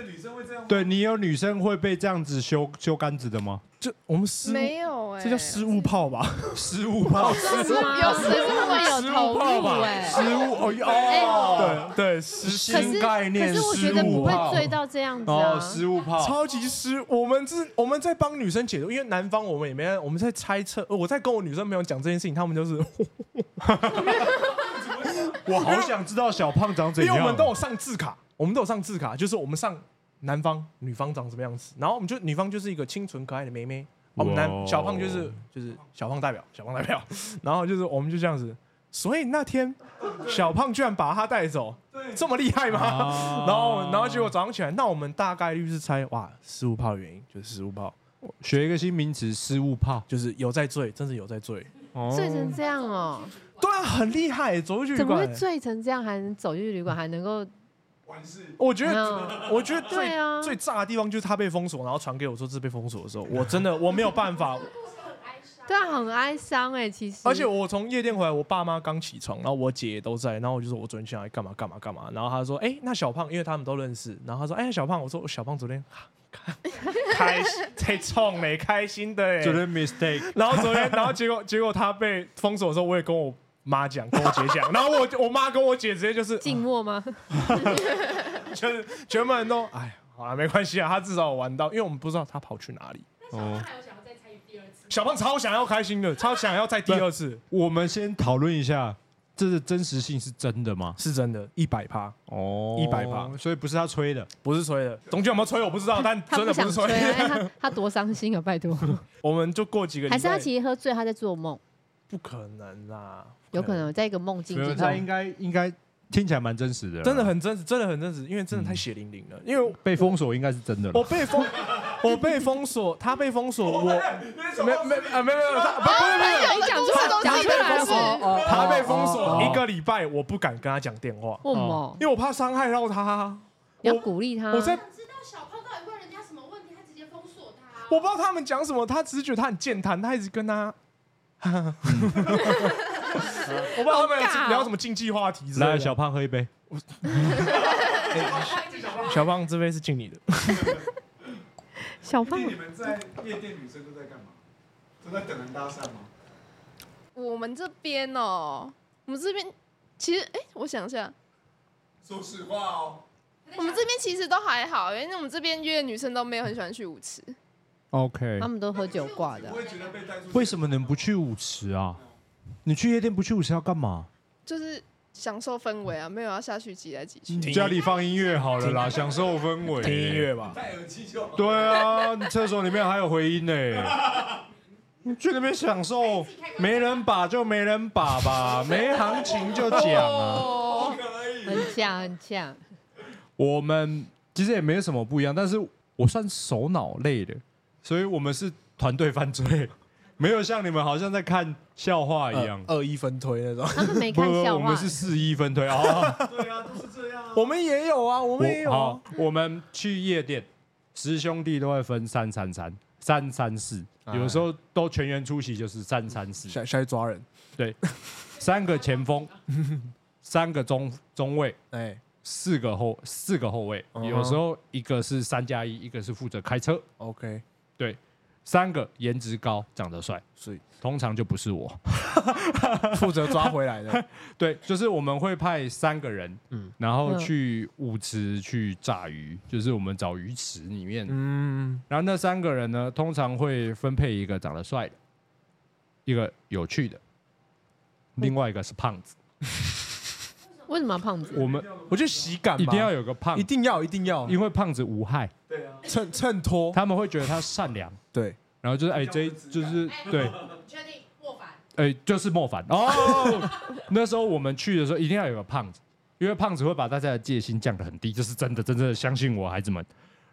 对你有女生会被这样子修修杆子的吗？就我们失误，没有哎，这叫失误炮吧？失误吧，有时吗有时是会有投入哎、失误哦哎哦，对对，失可是新概念可是我觉得失不误会炮醉到这样子啊。哦，失误炮，超级失，我们是我们在帮女生解读，因为男方我们也没在，我们在猜测，呃我在跟我女生朋友讲这件事情，他们 就是我好想知道小胖长怎因样，啊为我们都有上字卡，我们都有上字卡，就是我们上男方、女方长什么样子，然后我们就女方就是一个清纯可爱的妹妹，我们男哇哦小胖就是就是小胖代表，小胖代表， 然后就是我们就这样子，所以那天小胖居然把他带走，这么厉害吗？啊然后然后结果早上起来，那我们大概率是猜哇失误炮的原因就是失误炮，学一个新名词，失误炮，就是有在醉，真是有在醉，醉成这样哦、对啊，很厉害，走出去旅怎么会馆。醉成这样还能走进去旅馆，还能够我觉嗯 得，我觉得最、对啊最炸的地方就是他被封锁，然后传给我说这是被封锁的时候，我真的我没有办法。对啊，很哀伤哎，其实。而且我从夜店回来，我爸妈刚起床，然后我姐也都在，然后我就说我昨天下来干嘛干嘛干嘛，然后他说哎、那小胖，因为他们都认识，然后他说哎、小胖，我说小胖昨天开心在冲没开心的、欸，昨天 mistake，然后昨天，然后结果结果他被封锁的时候，我也跟我妈讲，跟我姐讲，然后我我妈跟我姐直接就是静默吗？啊就是全部人都哎呀，好了，没关系啊，他至少有玩到，因为我们不知道他跑去哪里。哦，小胖超想要开心的，超想要再第二次，我们先讨论一下，这的真实性是真的吗？是真的，一百趴，哦100%所以不是他吹的，不是吹的。中间有没有吹我不知道，但他真的不想不是吹吹。啊，因 为他他多伤心啊！拜托， 我们就过几个礼拜，还是他其实喝醉，他在做梦，不可能啦，有可能在一个梦境没有，之他应中。该应该听起来蛮真实的啦，真的很真实，真的很真实，因为真的太血淋淋了，因为。被封锁，应该是真的了我。被封，我被封锁，他被封锁，我没没啊没没有，他不不是不是，哎你讲出哎这来，种讲事出情来不是是哎哦他被封哦哦锁哦一个礼拜，我不敢跟他讲电话，为什么？因为我怕伤害到他。啊要鼓励他。我在想知道小胖到底问人家什么问题，他直接封锁他。我不知道他们讲什么，他只是觉得他很健谈，他一直跟他。我不知好道他们尬哦聊什么竞技话题之类的。 来，小胖喝一杯。小胖，这杯是敬你的。小 胖哎你们在夜店，女生都在干嘛？都在等人搭讪吗？我们这边哦，我们这边其实，哎、我想一下，说实话哦，我们这边其实都还好，因为我们这边约的女生都没有很喜欢去舞池， OK，他们都喝酒挂的我，也觉得被带出去。为什么你们不去舞池啊？你去夜店不去舞池要干嘛？就是享受氛围啊，没有要下去挤来挤嗯去。家里放音乐好了啦，享受氛围。听音。乐吧，戴耳机就好？对啊，你厕所里面还有回音呢、 你去那边享哎受，没人把就没人把 吧，没行情就讲啊。哦，很像很像。我们其实也没什么不一样，但是我算首脑类的，所以我们是团队犯罪，没有像你们好像在看笑话一样。呃二一分推那种。他们没 不看不，笑我话们，是四一分 推啊。对啊，都是这样啊。我们也有啊，我们也有我啊好，我们去夜店，十兄弟都会分三三三、三三四，啊有时候都全员出席就是三三四，下下去抓人。三个前锋， 三个中中卫，哎，四个后四个后卫，嗯哼有时候一个是三加一，一个是负责开车， OK，三个颜值高、长得帅，所以通常就不是我。 负责抓回来的。对，就是我们会派三个人，嗯然后嗯去舞池去炸鱼，就是我们找鱼池里面嗯，然后那三个人呢，通常会分配一个长得帅的，一个有趣的，另外一个是胖子。为什么要胖子？我们我觉得喜感吧一定要有个胖一子，定要一定要因为胖子无害，对啊，衬衬托。他们会觉得他善良。对，然后就是哎，这就是对，你确定莫凡？哎，就是莫凡哦。 那时候我们去的时候，一定要有个胖子，因为胖子会把大家的戒心降得很低，这是真的，真正的相信我，孩子们。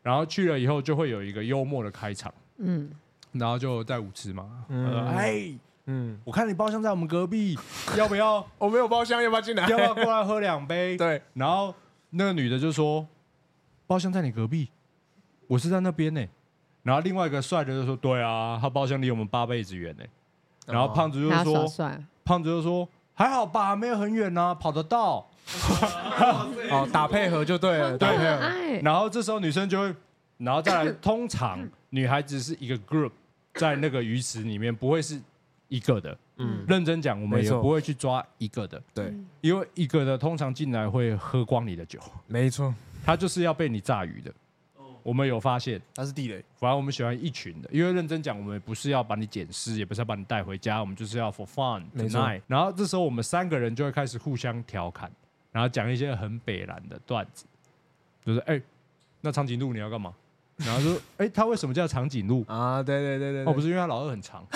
然后去了以后，就会有一个幽默的开场，嗯，然后就在舞池嘛，呃嗯哎，嗯，我看你包厢在我们隔壁，要不要？我没有包厢，要不要进来？要不要过来喝两 杯？对，然后那个女的就说：“包厢在你隔壁，我是在那边呢、然后另外一个帅的就说：“对啊，他包厢离我们八辈子远呢、然后胖子就哦他说耍：“帅，胖子就说还好吧，没有很远呐、跑得到。哦，打配合就对啊了，打配嗯合。哎”，然后这时候女生就会，然后再来，通常女孩子是一个 group 在那个鱼池里面，不会是一个的。嗯，认真讲，我们没也错不会去抓一个的，对，因为一个的通常进来会喝光你的酒。没错，他就是要被你炸鱼的。我们有发现，他是地雷。反正我们喜欢一群的，因为认真讲，我们不是要把你捡尸，也不是要把你带回家，我们就是要 for fun 没错 tonight。然后这时候我们三个人就会开始互相调侃，然后讲一些很北蓝的段子，就是哎、那长颈鹿你要干嘛？然后说哎、它为什么叫长颈 鹿？啊，对对对对哦，不是是因为它老二很长，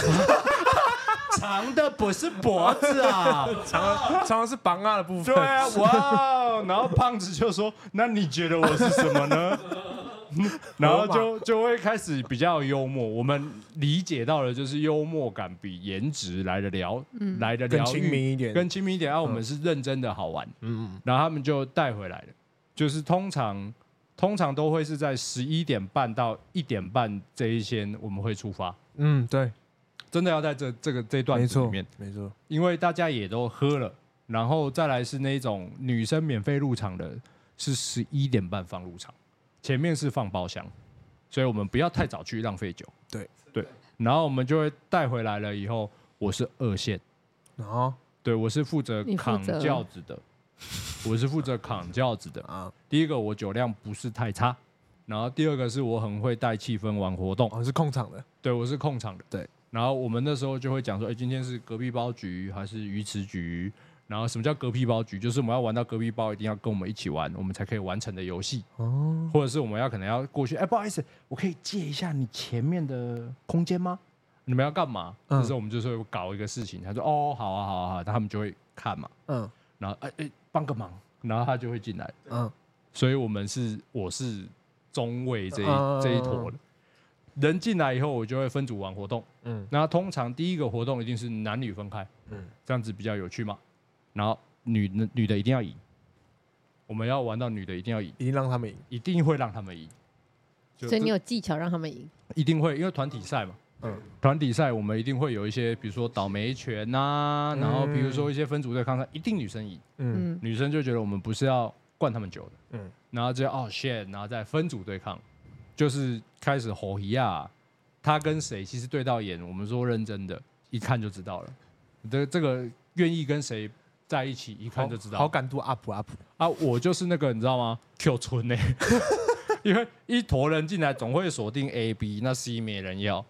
长的不是脖子啊。常常是绑啊的部分 对，啊，哇！哦！然后胖子就说：“那你觉得我是什么呢？” 然后就就会开始比较幽默。我们理解到了，就是幽默感比颜值来的疗、来的更疗愈亲民一点啊更亲民一点。然、后我们是认真的好玩，嗯，然后他们就带回来了。就是通常通常都会是在十一点半到一点半这一些我们会出发，嗯，对，真的要在这这个这段没子里错面，，没错，因为大家也都喝了，然后再来是那种女生免费入场的，是十一点半放入场，前面是放包厢，所以我们不要太早去浪费酒。对对，然后我们就会带回来了以后，我是二线，然后对我是负责你负扛责轿子的，我是负责扛轿子的。啊，第一个我酒量不是太差，然后第二个是我很会带气氛玩活动，哦，是控场的，对，我是控场的。对，然后我们那时候就会讲说，哎、今天是隔壁包局还是鱼池局？然后什么叫隔壁包局？就是我们要玩到隔壁包，一定要跟我们一起玩，我们才可以完成的游戏，哦，或者是我们要可能要过去，哎、不好意思，我可以借一下你前面的空间吗？你们要干嘛？嗯那时候我们就是会搞一个事情，他说哦，好啊，好啊，好啊，那他们就会看嘛，嗯然后哎哎，帮个忙，然后他就会进来，嗯，所以我们是我是中卫这一、嗯这一坨的。人进来以后，我就会分组玩活动。嗯嗯，那通常第一个活动一定是男女分开，嗯嗯，这样子比较有趣嘛。然后女的女的一定要赢，我们要玩到女的一定要赢，一定让他们赢，一定会让他们赢。就所以这你有技巧让他们赢，一定会，因为团体赛嘛，嗯嗯，团体赛我们一定会有一些，比如说倒霉拳呐、然后比如说一些分组对抗赛，一定女生赢。嗯嗯，女生就觉得我们不是要灌他们酒的，嗯嗯，然后就哦 shit，然后再分组对抗，就是开始吼一下，他跟谁其实对到眼，我们说认真的，一看就知道了，这这个愿意跟谁在一起，一看就知道好感度 up up，啊，我就是那个你知道吗？Q 村呢、 因为一坨人进来总会锁定 A、B，那 C 没人要，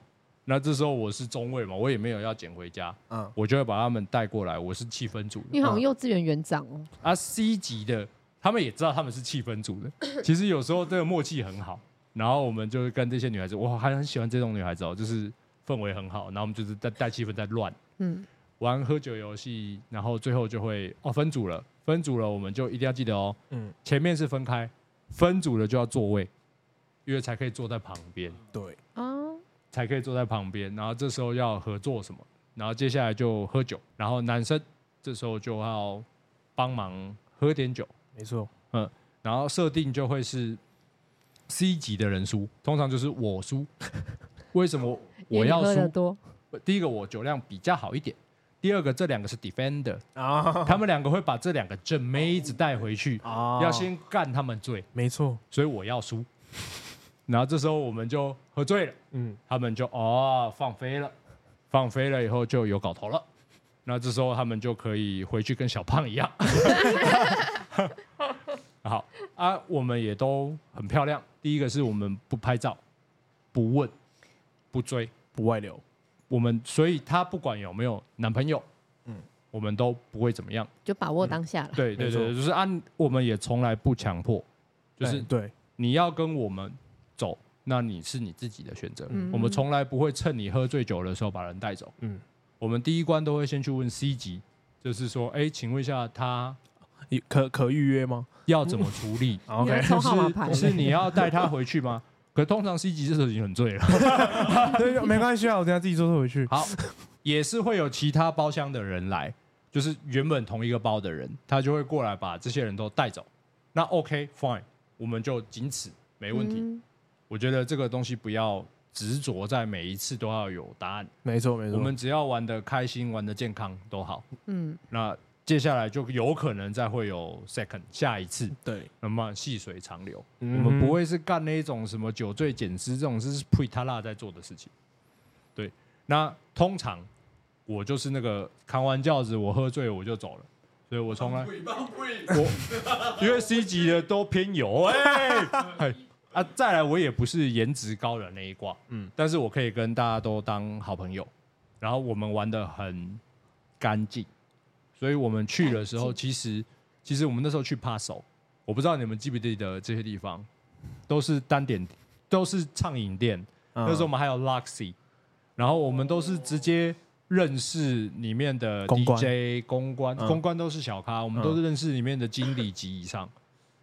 那这时候我是中卫嘛，我也没有要捡回家，嗯我就会把他们带过来，我是气氛组的。你好像幼稚园园长哦，啊，C 级的他们也知道他们是气氛组的，其实有时候这个默契很好。然后我们就是跟这些女孩子，我还很喜欢这种女孩子哦，就是氛围很好，然后我们就是带带气氛在乱嗯，玩喝酒游戏，然后最后就会哦分组了，分组了我们就一定要记得哦，嗯嗯，前面是分开，分组了就要座位，因为才可以坐在旁边。对，啊，哦才可以坐在旁边。然后这时候要合作什么，然后接下来就喝酒，然后男生这时候就要帮忙喝点酒，没错，然后设定就会是 C 级的人输，通常就是我输。 为什么因我为你要喝的输？多，第一个我酒量比较好一点，第二个这两个是 defender，啊他们两个会把这两个正妹子带回去，啊要，先干他们醉，没错，所以我要输。然后这时候我们就喝醉了。嗯，他们就哦放飞了，放飞了以后就有搞头了。那这时候他们就可以回去跟小胖一样。 好啊，我们也都很漂亮。第一个是我们不拍照，不问，不追，不外流，我们所以她不管有没有男朋友，嗯嗯，我们都不会怎么样。就把握当下了，嗯对没对错对，就是按、我们也从来不强迫，就是哎对，你要跟我们走，那你是你自己的选择。嗯我们从来不会趁你喝醉酒的时候把人带走。嗯嗯，我们第一关都会先去问 C 级，就是说，哎，请问一下他你可可预约 吗要怎么处理？啊你要？OK，抽号码牌，是你要带他回去吗？ 可通常 C 级这时候已经很醉了。对，没关系啊，我等一下自己坐车回去。好， 也是会有其他包厢的人来，就是原本同一个包的人，他就会过来把这些人都带走。那 OK fine，我们就仅此没问题。嗯我觉得这个东西不要执着在每一次都要有答案，没错，没错，我们只要玩的开心、玩的健康都好。嗯，那接下来就有可能再会有 second 下一次，对，那么细水长流。我我们不会是干那种什么酒醉捡尸这种是 p r e t a l a 在做的事情。对，那通常我就是那个扛完轿子，我喝醉我就走了，所以我从来尾巴贵，我因为 C 级的都偏油哎、哎啊，再来我也不是颜值高的那一挂，嗯嗯，但是我可以跟大家都当好朋友，然后我们玩的很干净，所以我们去的时候，干其实其实我们那时候去帕手，我不知道你们记不记得这些地方都是单点，都是畅饮店，嗯那时候我们还有 Luxy，然后我们都是直接认识里面的公关 DJ 公关，嗯公关都是小咖，我们都是认识里面的经理级以上。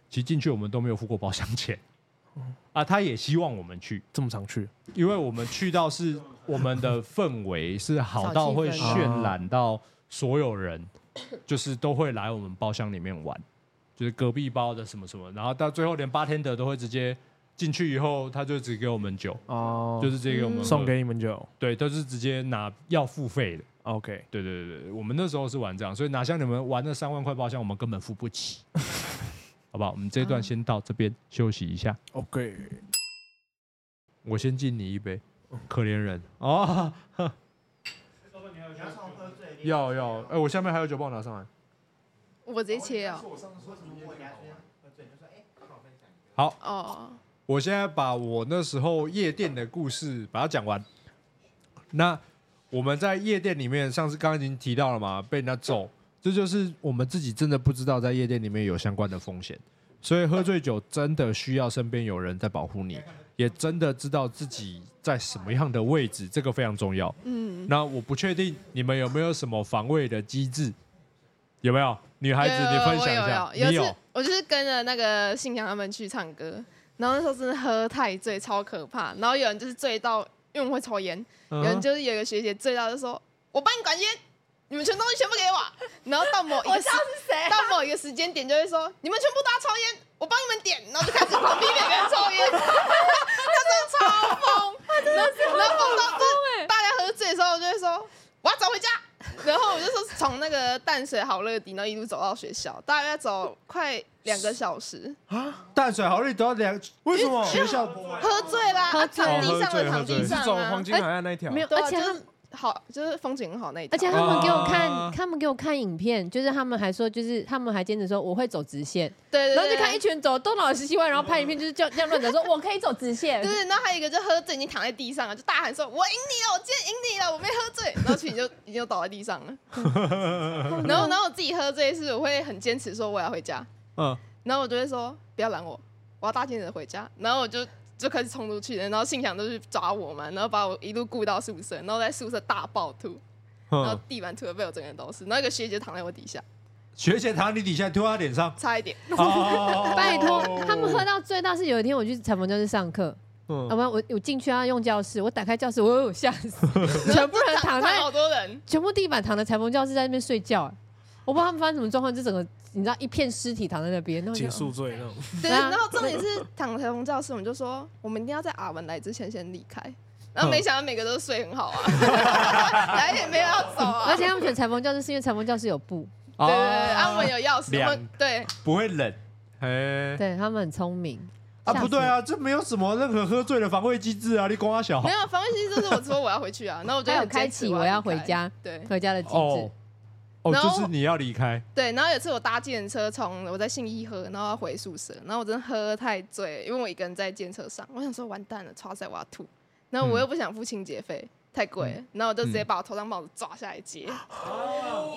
其实进去我们都没有付过包厢钱，嗯啊，他也希望我们去，这么常去，因为我们去到是我们的氛围是好到会小气氛渲染到所有人，就是都会来我们包厢里面玩。就是隔壁包的什么什么，然后到最后连八天的都会直接进去以后，他就只给我们酒，哦，就是直接给我们喝送给你们酒对，都是直接拿要付费的。 ，OK，对对对对，我们那时候是玩这样，所以哪像你们玩那三万块包厢，我们根本付不 起，好不好？我们这一段先到这边休息一下， OK，我先敬你一杯，可怜人啊！呵要要，哎、我下面还有酒，帮我拿上来。我直接切哦。好，哦，我现在把我那时候夜店的故事把它讲完。那我们在夜店里面，上次刚刚已经提到了嘛，被人家揍，这就是我们自己真的不知道在夜店里面有相关的风险，所以喝醉酒真的需要身边有人在保护你，也真的知道自己在什么样的位置，这个非常重要。嗯，那我不确定你们有没有什么防卫的机制，有没有？女孩子，有有你分享一下你有，有有有一有次，我就是跟着那个信阳他们去唱歌，然后那时候真的喝太醉，超可怕。然后有人就是醉到，因为我们会抽烟，有人嗯就是有一个学姐醉到就说：“我帮你管烟，你们全东西全部给我。”然后到某一个时，到某一个时间点就会说：“你们全部都要抽烟，我帮你们点。”然后就开始狂逼每个人抽烟， 他真的超疯， 他真的然后疯欸到就是大家喝醉的时候，我就会说：“我要走回家。”然后我就说从那个淡水好乐迪，然后一路走到学校，大概要走快两个小时，淡水好利都要两，为什么？学校喝醉啦，喝啊醉躺地哦上喝醉了，躺喝地你醉是上走啊黄金海岸那一条？没有，对啊而且他们就是好，就是风景很好那一条，而且他们给我啊看，他们给我看影片，就是他们还说，就是他们还坚持说我会走直线，对对对，然后就看一群人走东倒西歪，然后拍影片，就是这样这样乱走，说我可以走直线 对。对，然后还有一个就喝醉已经躺在地上了，就大喊说：“我赢你了，我今天赢你了，我没喝醉。”然后去你就已经就倒在地上了。然后，然后我自己喝醉是我会很坚持说我要回家，嗯，然后我就会说不要拦我，我要大清的回家。然后我就就开始冲出去了，然后信想都去抓我嘛，然后把我一路顾到宿舍，然后在宿舍大暴吐，然后嗯地板吐的被我整个人都是，然后一个学姐躺在我底下，学姐躺你底下，丢她脸上。差一点。哦拜托，他们喝到醉到是有一天我去裁缝教室上课，啊嗯，不，我我进去要用教室，我打开教室，我有吓 死， 全部人躺在好多人，全部地板躺的裁缝教室在那边睡觉、欸我不知道他们发生什么状况，就整个你知道一片尸体躺在那边，那结束醉那种，对对，啊然后重点是躺台风教室，我们就说我们一定要在阿文来之前先离开。然嗯后没想到每个都睡很好啊， 来也没有要走啊。而且他们选裁缝教室是因为裁缝教室有 布，对对对，阿文啊有钥匙，两我们对不会冷。哎，对他们很聪明啊，不对，啊，这没有什么任何喝醉的防卫机制啊，你光阿小没有防卫机制，就是我说我要回去啊，然后我就还有很坚开持启我我要离开回家对回家的机制。哦哦，然就后是你要离开，对，然后有一次我搭计程车从我在信义喝，然后要回宿舍，然后我真的喝太醉，因为我一个人在计程车上，我想说完蛋了，超载我要吐，然后我又不想付清洁费，太贵了，然后我就直接把我头上帽子抓下来接，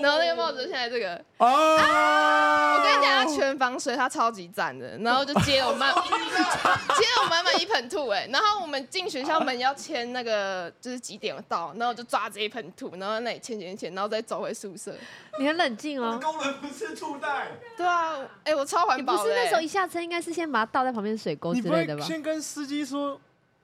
然后那个帽子就现在这个，哦，我跟你讲，它全防水，它超级赞的。然后就接了我满，接了我满满一盆吐哎、然后我们进学校门要签那个，就是几点到，然后我就抓着一盆吐，然后在那里签签签，然后再走回宿舍。你很冷静哦，工人不是兔袋，对啊，哎、我超你环不保是的、那欸。时候一下车应该是先把它倒在旁边水沟你哦之不类会的吧？先跟司机说，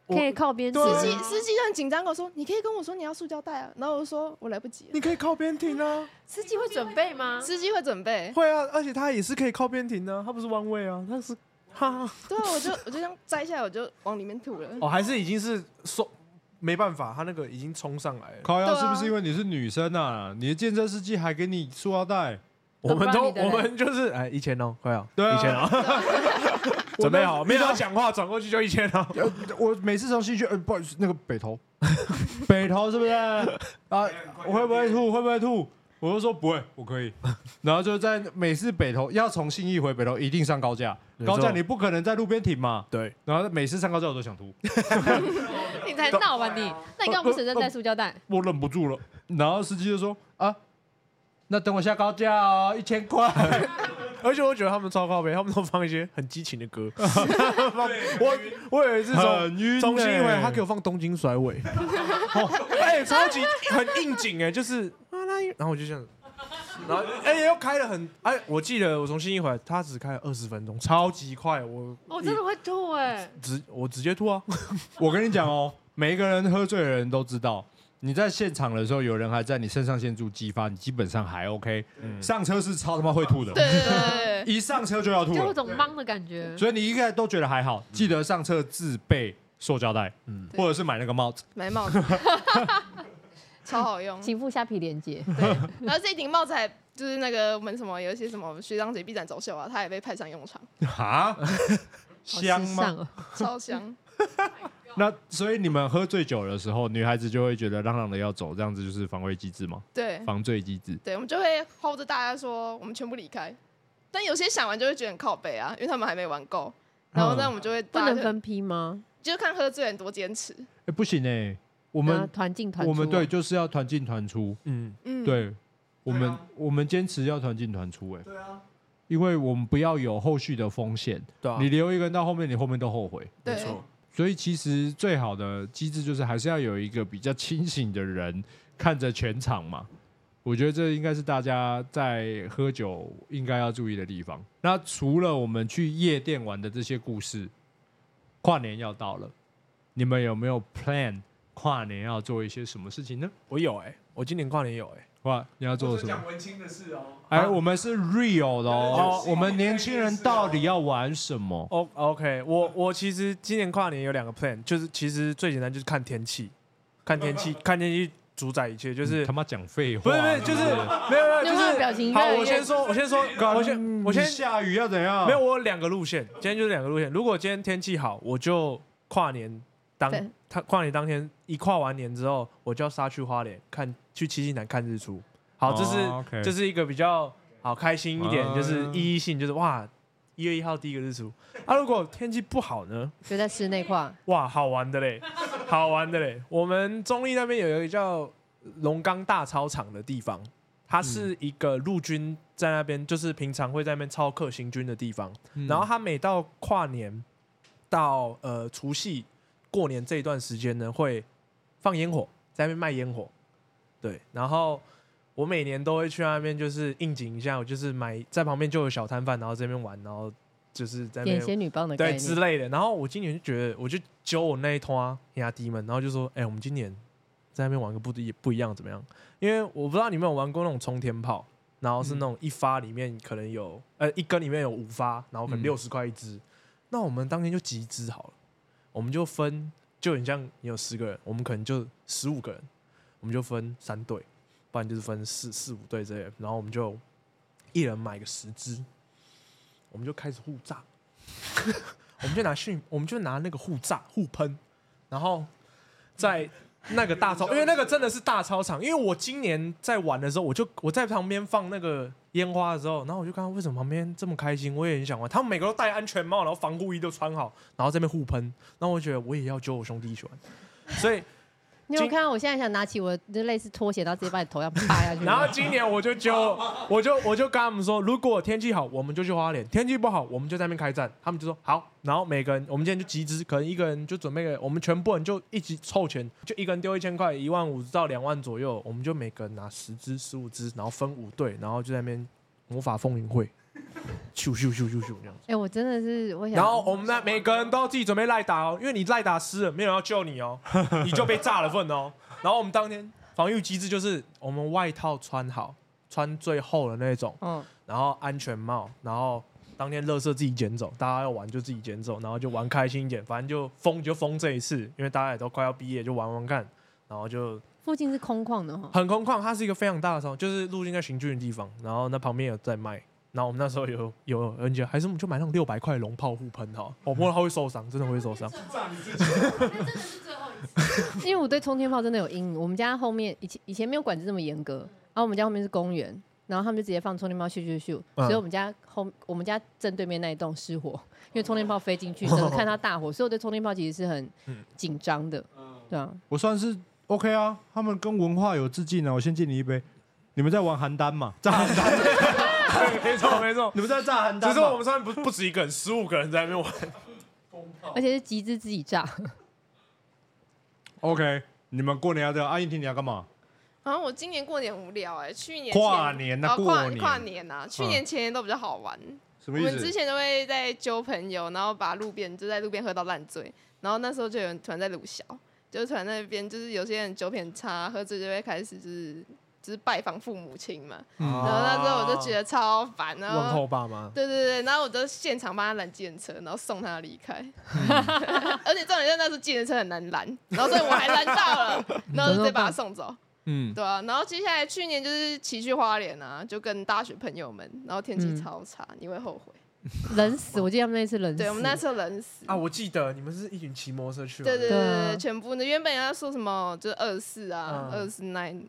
我可以靠边停。对司机啊司机就很紧张跟我说：“你可以跟我说你要塑胶袋啊。”然后我就说：“我来不及了。你可以靠边停啊，司机会准备吗”？司机会准备，会啊，而且他也是可以靠边停的，他不是弯位啊，他是，哈哈，对啊，我就我就这样摘下来，我就往里面吐了。哦，还是已经是说没办法，他那个已经冲上来了。靠腰对啊是不是因为你是女生啊？你的健身司机还给你塑料袋，我们都不然你的嘞我们就是哎一千哦，快哦，对啊一千哦， 准备好，没有要讲话，转过去就一千哦。呃，我每次从新区，呃，不好意思，那个北投，北投是不是？啊，我会不会吐？会不会吐？我就说不会，我可以。然后就在每次北投要从信义回北投，一定上高架，没错高架你不可能在路边停嘛。对，然后每次上高架我都想吐，你才闹吧你？那你干嘛不随身带塑胶袋？我忍不住了。然后司机就说啊，那等我下高架哦，一千块。 而且我觉得他们超靠背，他们都放一些很激情的 歌。我我有一次从很晕欸从新一回来，他给我放《东京甩 尾》哦，哎，超级很应景哎，就是啊啦然后我就这样，然后哎又开了很哎，我记得我从新一回来，他只开了二十分钟，超级快，我会吐哎！直我直接吐啊，我跟你讲哦，每一个人喝醉的人都知道，你在现场的时候，有人还在你肾上腺素激发，你基本上还 OK。上车是超他妈会吐的，对对对对对，一上车就要吐就有了，种懵的感觉。所以你一开始都觉得还好。记得上车自备塑胶袋，嗯，或者是买那个帽子。买帽子，超好用。请附虾皮链接。然后这顶帽子还就是那个我们什么有一些什么学长姐臂展走秀啊，它也被派上用场，哈，好啊香时尚吗？哦？超香。那所以你们喝醉酒的时候，女孩子就会觉得嚷嚷的要走，这样子就是防卫机制吗？哎对防醉机制。对，我们就会 hold 着大家说，我们全部离开。但有些想完就会觉得很靠北啊，因为他们还没玩够。然后嗯那我们就会不大家能就分批吗？就是看喝醉人多坚持。哎、不行哎、我我们团进团出我啊，们对就是要团进团出，嗯，嗯，对我们、对啊我们坚持要团进团出哎、对啊，因为我们不要有后续的风险。对啊，你留一个人到后面，你后面都后悔。对没错，所以其实最好的机制就是还是要有一个比较清醒的人看着全场嘛。我觉得这应该是大家在喝酒应该要注意的地方。那除了我们去夜店玩的这些故事，跨年要到了，你们有没有 plan 跨年要做一些什么事情呢？我有哎，我今年跨年有哎，哇，你要做我是什么讲？文青的事哦。哎，我们是 real 的哦对对，对我们年轻人到底要玩什么？ O 哦 OK，我我其实今年跨年有两个 plan，就是其实最简单就是看天气，看天气，看天气主宰一切，就是你嗯他妈讲废话，不是不是就是没有没有你有就没有是表情越好，来我越先说我先说干我先我先你下雨要怎样？没有我有两个路线，今天就是两个路线。如果今天天气好，我就跨年当对他跨年当天一跨完年之后，我就要杀去花莲看去七星潭看日出。好，这是、哦，OK 这是一个比较好开心一点，哦就是意义性，就是哇一月一号第一个日出。啊，如果天气不好呢？就在室内跨，哇，好玩的嘞，好玩的嘞！我们中立那边有一个叫龙岗大操场的地方，嗯它是一个陆军在那边，就是平常会在那边操课行军的地方。嗯然后它每到跨年到呃除夕过年这一段时间呢，会放烟火，在那边卖烟火。对，然后我每年都会去那边，就是应景一下，我就是买在旁边就有小摊贩，然后这边玩，然后就是在那边点仙女棒的概哎对之念。类的。然后我今年就觉得，我就揪我那一团压低们，然后就说：“哎、我们今年在那边玩个不一不一样怎么样？”因为我不知道你们有玩过那种冲天炮，然嗯后是那种一发里面可能有、呃一根里面有五发，然后可能嗯六十块一支。那我们当天就集资好了，我们就分，就很像你有十个人，我们可能就十五个人，我们就分三队，不然就是分四四五队之类的，然后我们就一人买个十支，我们就开始互炸，我们就拿训，我们就拿那个互炸互喷，然后在那个大操，因为那个真的是大操场，因为我今年在玩的时候，我就我在旁边放那个烟花的时候，然后我就看到为什么旁边这么开心，我也很想玩，他们每个都戴安全帽，然后防护衣都穿好，然后在那边互喷，然后我觉得我也要揪我兄弟一起玩，所以。你有没今。有看到我现在想拿起我的类似拖鞋，然后直接把你头要扒下去 然后今年我 就就我就我就跟他们说，如果天气好，我们就去花莲；天气不好，我们就在那边开战。他们就说好，然后每个人我们今天就集资，可能一个人就准备个，我们全部人就一起凑钱，就一个人丢一千块，一万五到两万左右，我们就每个人拿十支、十五支，然后分五队，然后就在那边魔法风云会，咻咻咻咻咻这样子。哎、我真的是，我想，然后我们那每个人都自己准备赖打哦，因为你赖打湿了，没有人要救 你哦，你就被炸了份哦。然后我们当天防御机制就是我们外套穿好，穿最厚的那种，嗯，然后安全帽，然后当天垃圾自己捡走，大家要玩就自己捡走，然后就玩开心一点，反正就疯就疯这一次，因为大家也都快要毕业，就玩玩看，然后就附近是空旷的哦哈，很空旷，它是一个非常大的商，就是路径在行军的地方，然后那旁边有在卖。然后我们那时候有 有人家，还是我们就买那种六百块龙泡护喷 哈，我摸了它会受伤，真的会受伤。炸你自己，那真的是最后一次，因为我对冲天炮真的有阴影。我们家后面以前以前没有管制这么严格，然后我们家后面是公园，然后他们就直接放冲天炮咻咻咻，嗯所以我们家后我们家正对面那一栋失火，因为冲天炮飞进哦去，整个看它大火，所以我对冲天炮其实是很紧张的，嗯，对啊，我算是 OK 啊，他们跟文化有致敬啊，我先敬你一杯。你们在玩邯郸嘛？炸邯郸，对， 没错没错。你们在炸邯郸嘛？只是我们上面不不止一个人，十五个人在那边 玩。风哦炮而，且是集资自己炸。 OK，你们过年要这样，啊阿英婷你要干嘛？然后我今年过年很无聊哎、去年跨前年啊哦跨过年嗯跨年啊，去年前年都比较好玩。什我么意们之思？前都会在揪朋友，然后把路边就在路边喝到烂醉，然后那时候就有人突然在鲁小，就是突然那边就是有些人酒品差，喝醉就会开始就是就是拜访父母亲嘛，嗯然后那时候我就觉得超烦，然嗯问后候爸妈，对对对，然后我就现场帮他拦计程车，然后送他离开， 而且重点是那时候计程车很难拦，然后所以我还拦到了，然后就直接把他送走。嗯，对啊，然后接下来去年就是骑去花莲啊，就跟大学朋友们，然后天气嗯超差，你会后悔。冷死！我记得他们那次冷死。对，我们那时候冷死。啊，我记得你们是一群骑摩托车去，对对对对对啊对，全部的原本人家说什么就是二四啊，嗯二四 nine，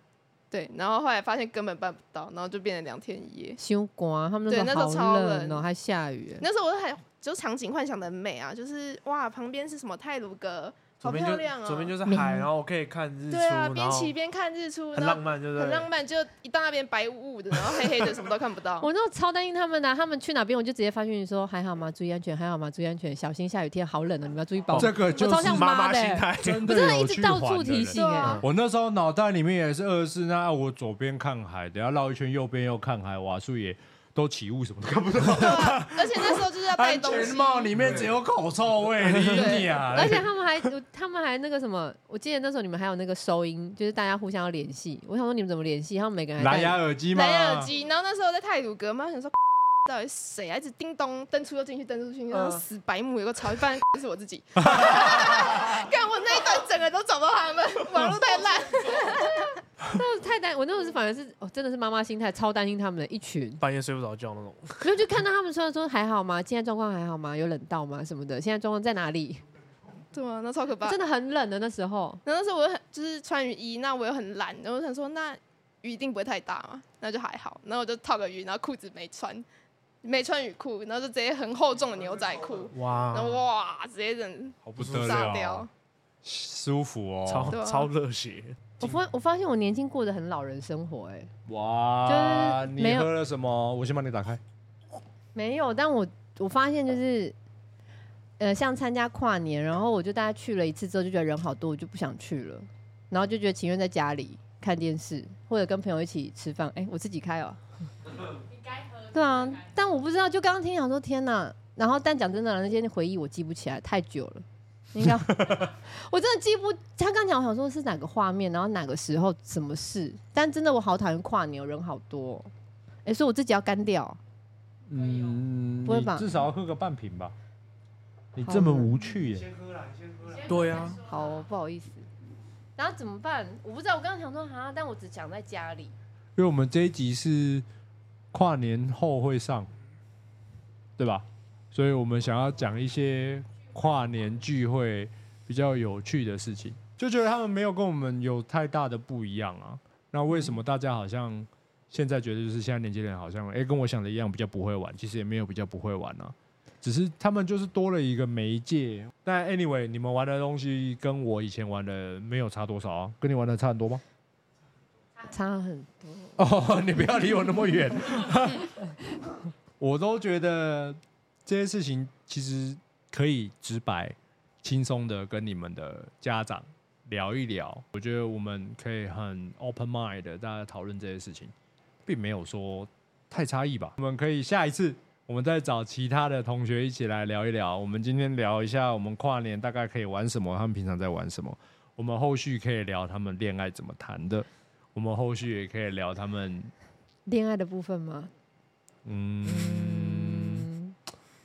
对，然后后来发现根本办不到，然后就变成两天一夜。修刮，他们对那时候好超冷哦，冷还下雨。那时候我还就场景幻想的很美啊，就是哇，旁边是什么泰鲁阁，左好边漂就亮啊，左边就是明海，然后我可以看日出，对啊，然边后骑边看日出，很然浪后漫，对不对？很浪漫，就一到那边白雾雾的，然后黑黑的，什么都看不 到。我那时候超担心他们的、他们去哪边我就直接发讯息说还好吗？注意安全，还好吗？注意安全，小心下雨天，好冷哦，你们要注意保这暖。个就我超像是妈妈的心欸态，真我真的的一有直去到还处的提人醒对哎、 啊我那时候脑袋里面也是二四，那啊我左边看海，等下绕一圈，右边又看海，瓦数也都起雾，什么都看不到。对啊，而且那时候就是要带安东西全，帽里面只有口臭味，理你啊！而且他们还，有他们还那个什么，我记得那时候你们还有那个收音，就是大家互相要联系。我想说你们怎么联系？他们每个人还蓝戴牙耳机吗？蓝牙耳机，然后那时候在泰鲁阁嘛，想说 到底是谁啊，一直叮咚登出又进去，登出嗯进去，然后死白目有个潮，一半是我自己。 看我那一段整个都找不到 他们，网络太烂。那时候太担，我那时候是反而是，哦，真的是妈妈心态，超担心他们的一群。半夜睡不着觉那种。没有就看到他们说说还好吗？现在状况还好吗？有冷到吗？什么的？现在状况在哪里？对啊，那超可怕。真的很冷的那时候。然后那时候我又很就是穿雨衣，那我又很懒，然后我想说那雨一定不会太大嘛，那就还好。然后我就套个雨，然后裤子没穿，没穿雨裤，然后就直接很厚重的牛仔裤，哇，然后哇，直接人好不啊得炸掉了，。啊舒服哦！对超啊超热血，我发我发现我年轻过着很老人生活、哎，哇，就是没你有喝了什么？我先帮你打开。没有，但我我发现就是，呃，像参加跨年，然后我就大概去了一次之后，就觉得人好多，我就不想去了，然后就觉得情愿在家里看电视，或者跟朋友一起吃饭。哎、我自己开哦、对啊，但我不知道，就刚刚听讲说天哪，然后但讲真的，那些回忆我记不起来，太久了。应该，我真的记不。他刚讲，我想说是哪个画面，然后哪个时候什么事，但真的我好讨厌跨年，人好多、哦。哎、所以我自己要干掉。嗯，不会吧你至少要喝个半瓶吧。你好这么冷无趣耶！先喝啦，你先喝啦。对啊，好、不好意思。然后怎么办？我不知道，我刚刚想说哈，但我只想在家里。因为我们这一集是跨年后会上，对吧？所以我们想要讲一些跨年聚会比较有趣的事情，就觉得他们没有跟我们有太大的不一样啊。那为什么大家好像现在觉得就是现在年轻人好像哎、诶跟我想的一样比较不会玩，其实也没有比较不会玩啊，只是他们就是多了一个媒介。但 anyway，你们玩的东西跟我以前玩的没有差多少啊，跟你玩的差很多吗？差很多，哦，你不要离我那么远。 我都觉得这些事情其实可以直白、轻松的跟你们的家长聊一聊。我觉得我们可以很 open mind 的大家讨论这些事情，并没有说太差异吧。我们可以下一次。我们再找其他的同学一起来聊一聊。我们今天聊一下我们跨年大概可以玩什么，他们平常在玩什么。我们后续可以聊他们恋爱怎么谈的。我们后续也可以聊他们，恋爱的部分吗？嗯，嗯，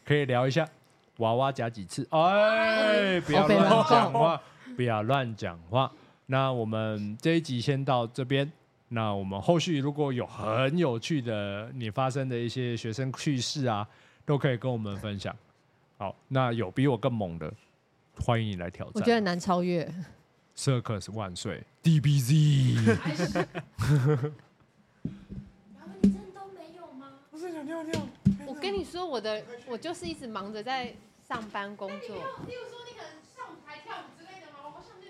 可以聊一下娃娃夹几次，哎，不要被乱乱讲话，不要乱讲话。那我们这一集先到这边。那我们后续如果有很有趣的你发生的一些学生趣事啊，都可以跟我们分享。好，那有比我更猛的，欢迎你来挑战。我觉得很难超越。 Circus 万岁，DBZ。哎 然后你真的都没有吗？我是想尿尿，我跟你说，我的我就是一直忙着在上班工作。例如说，你可能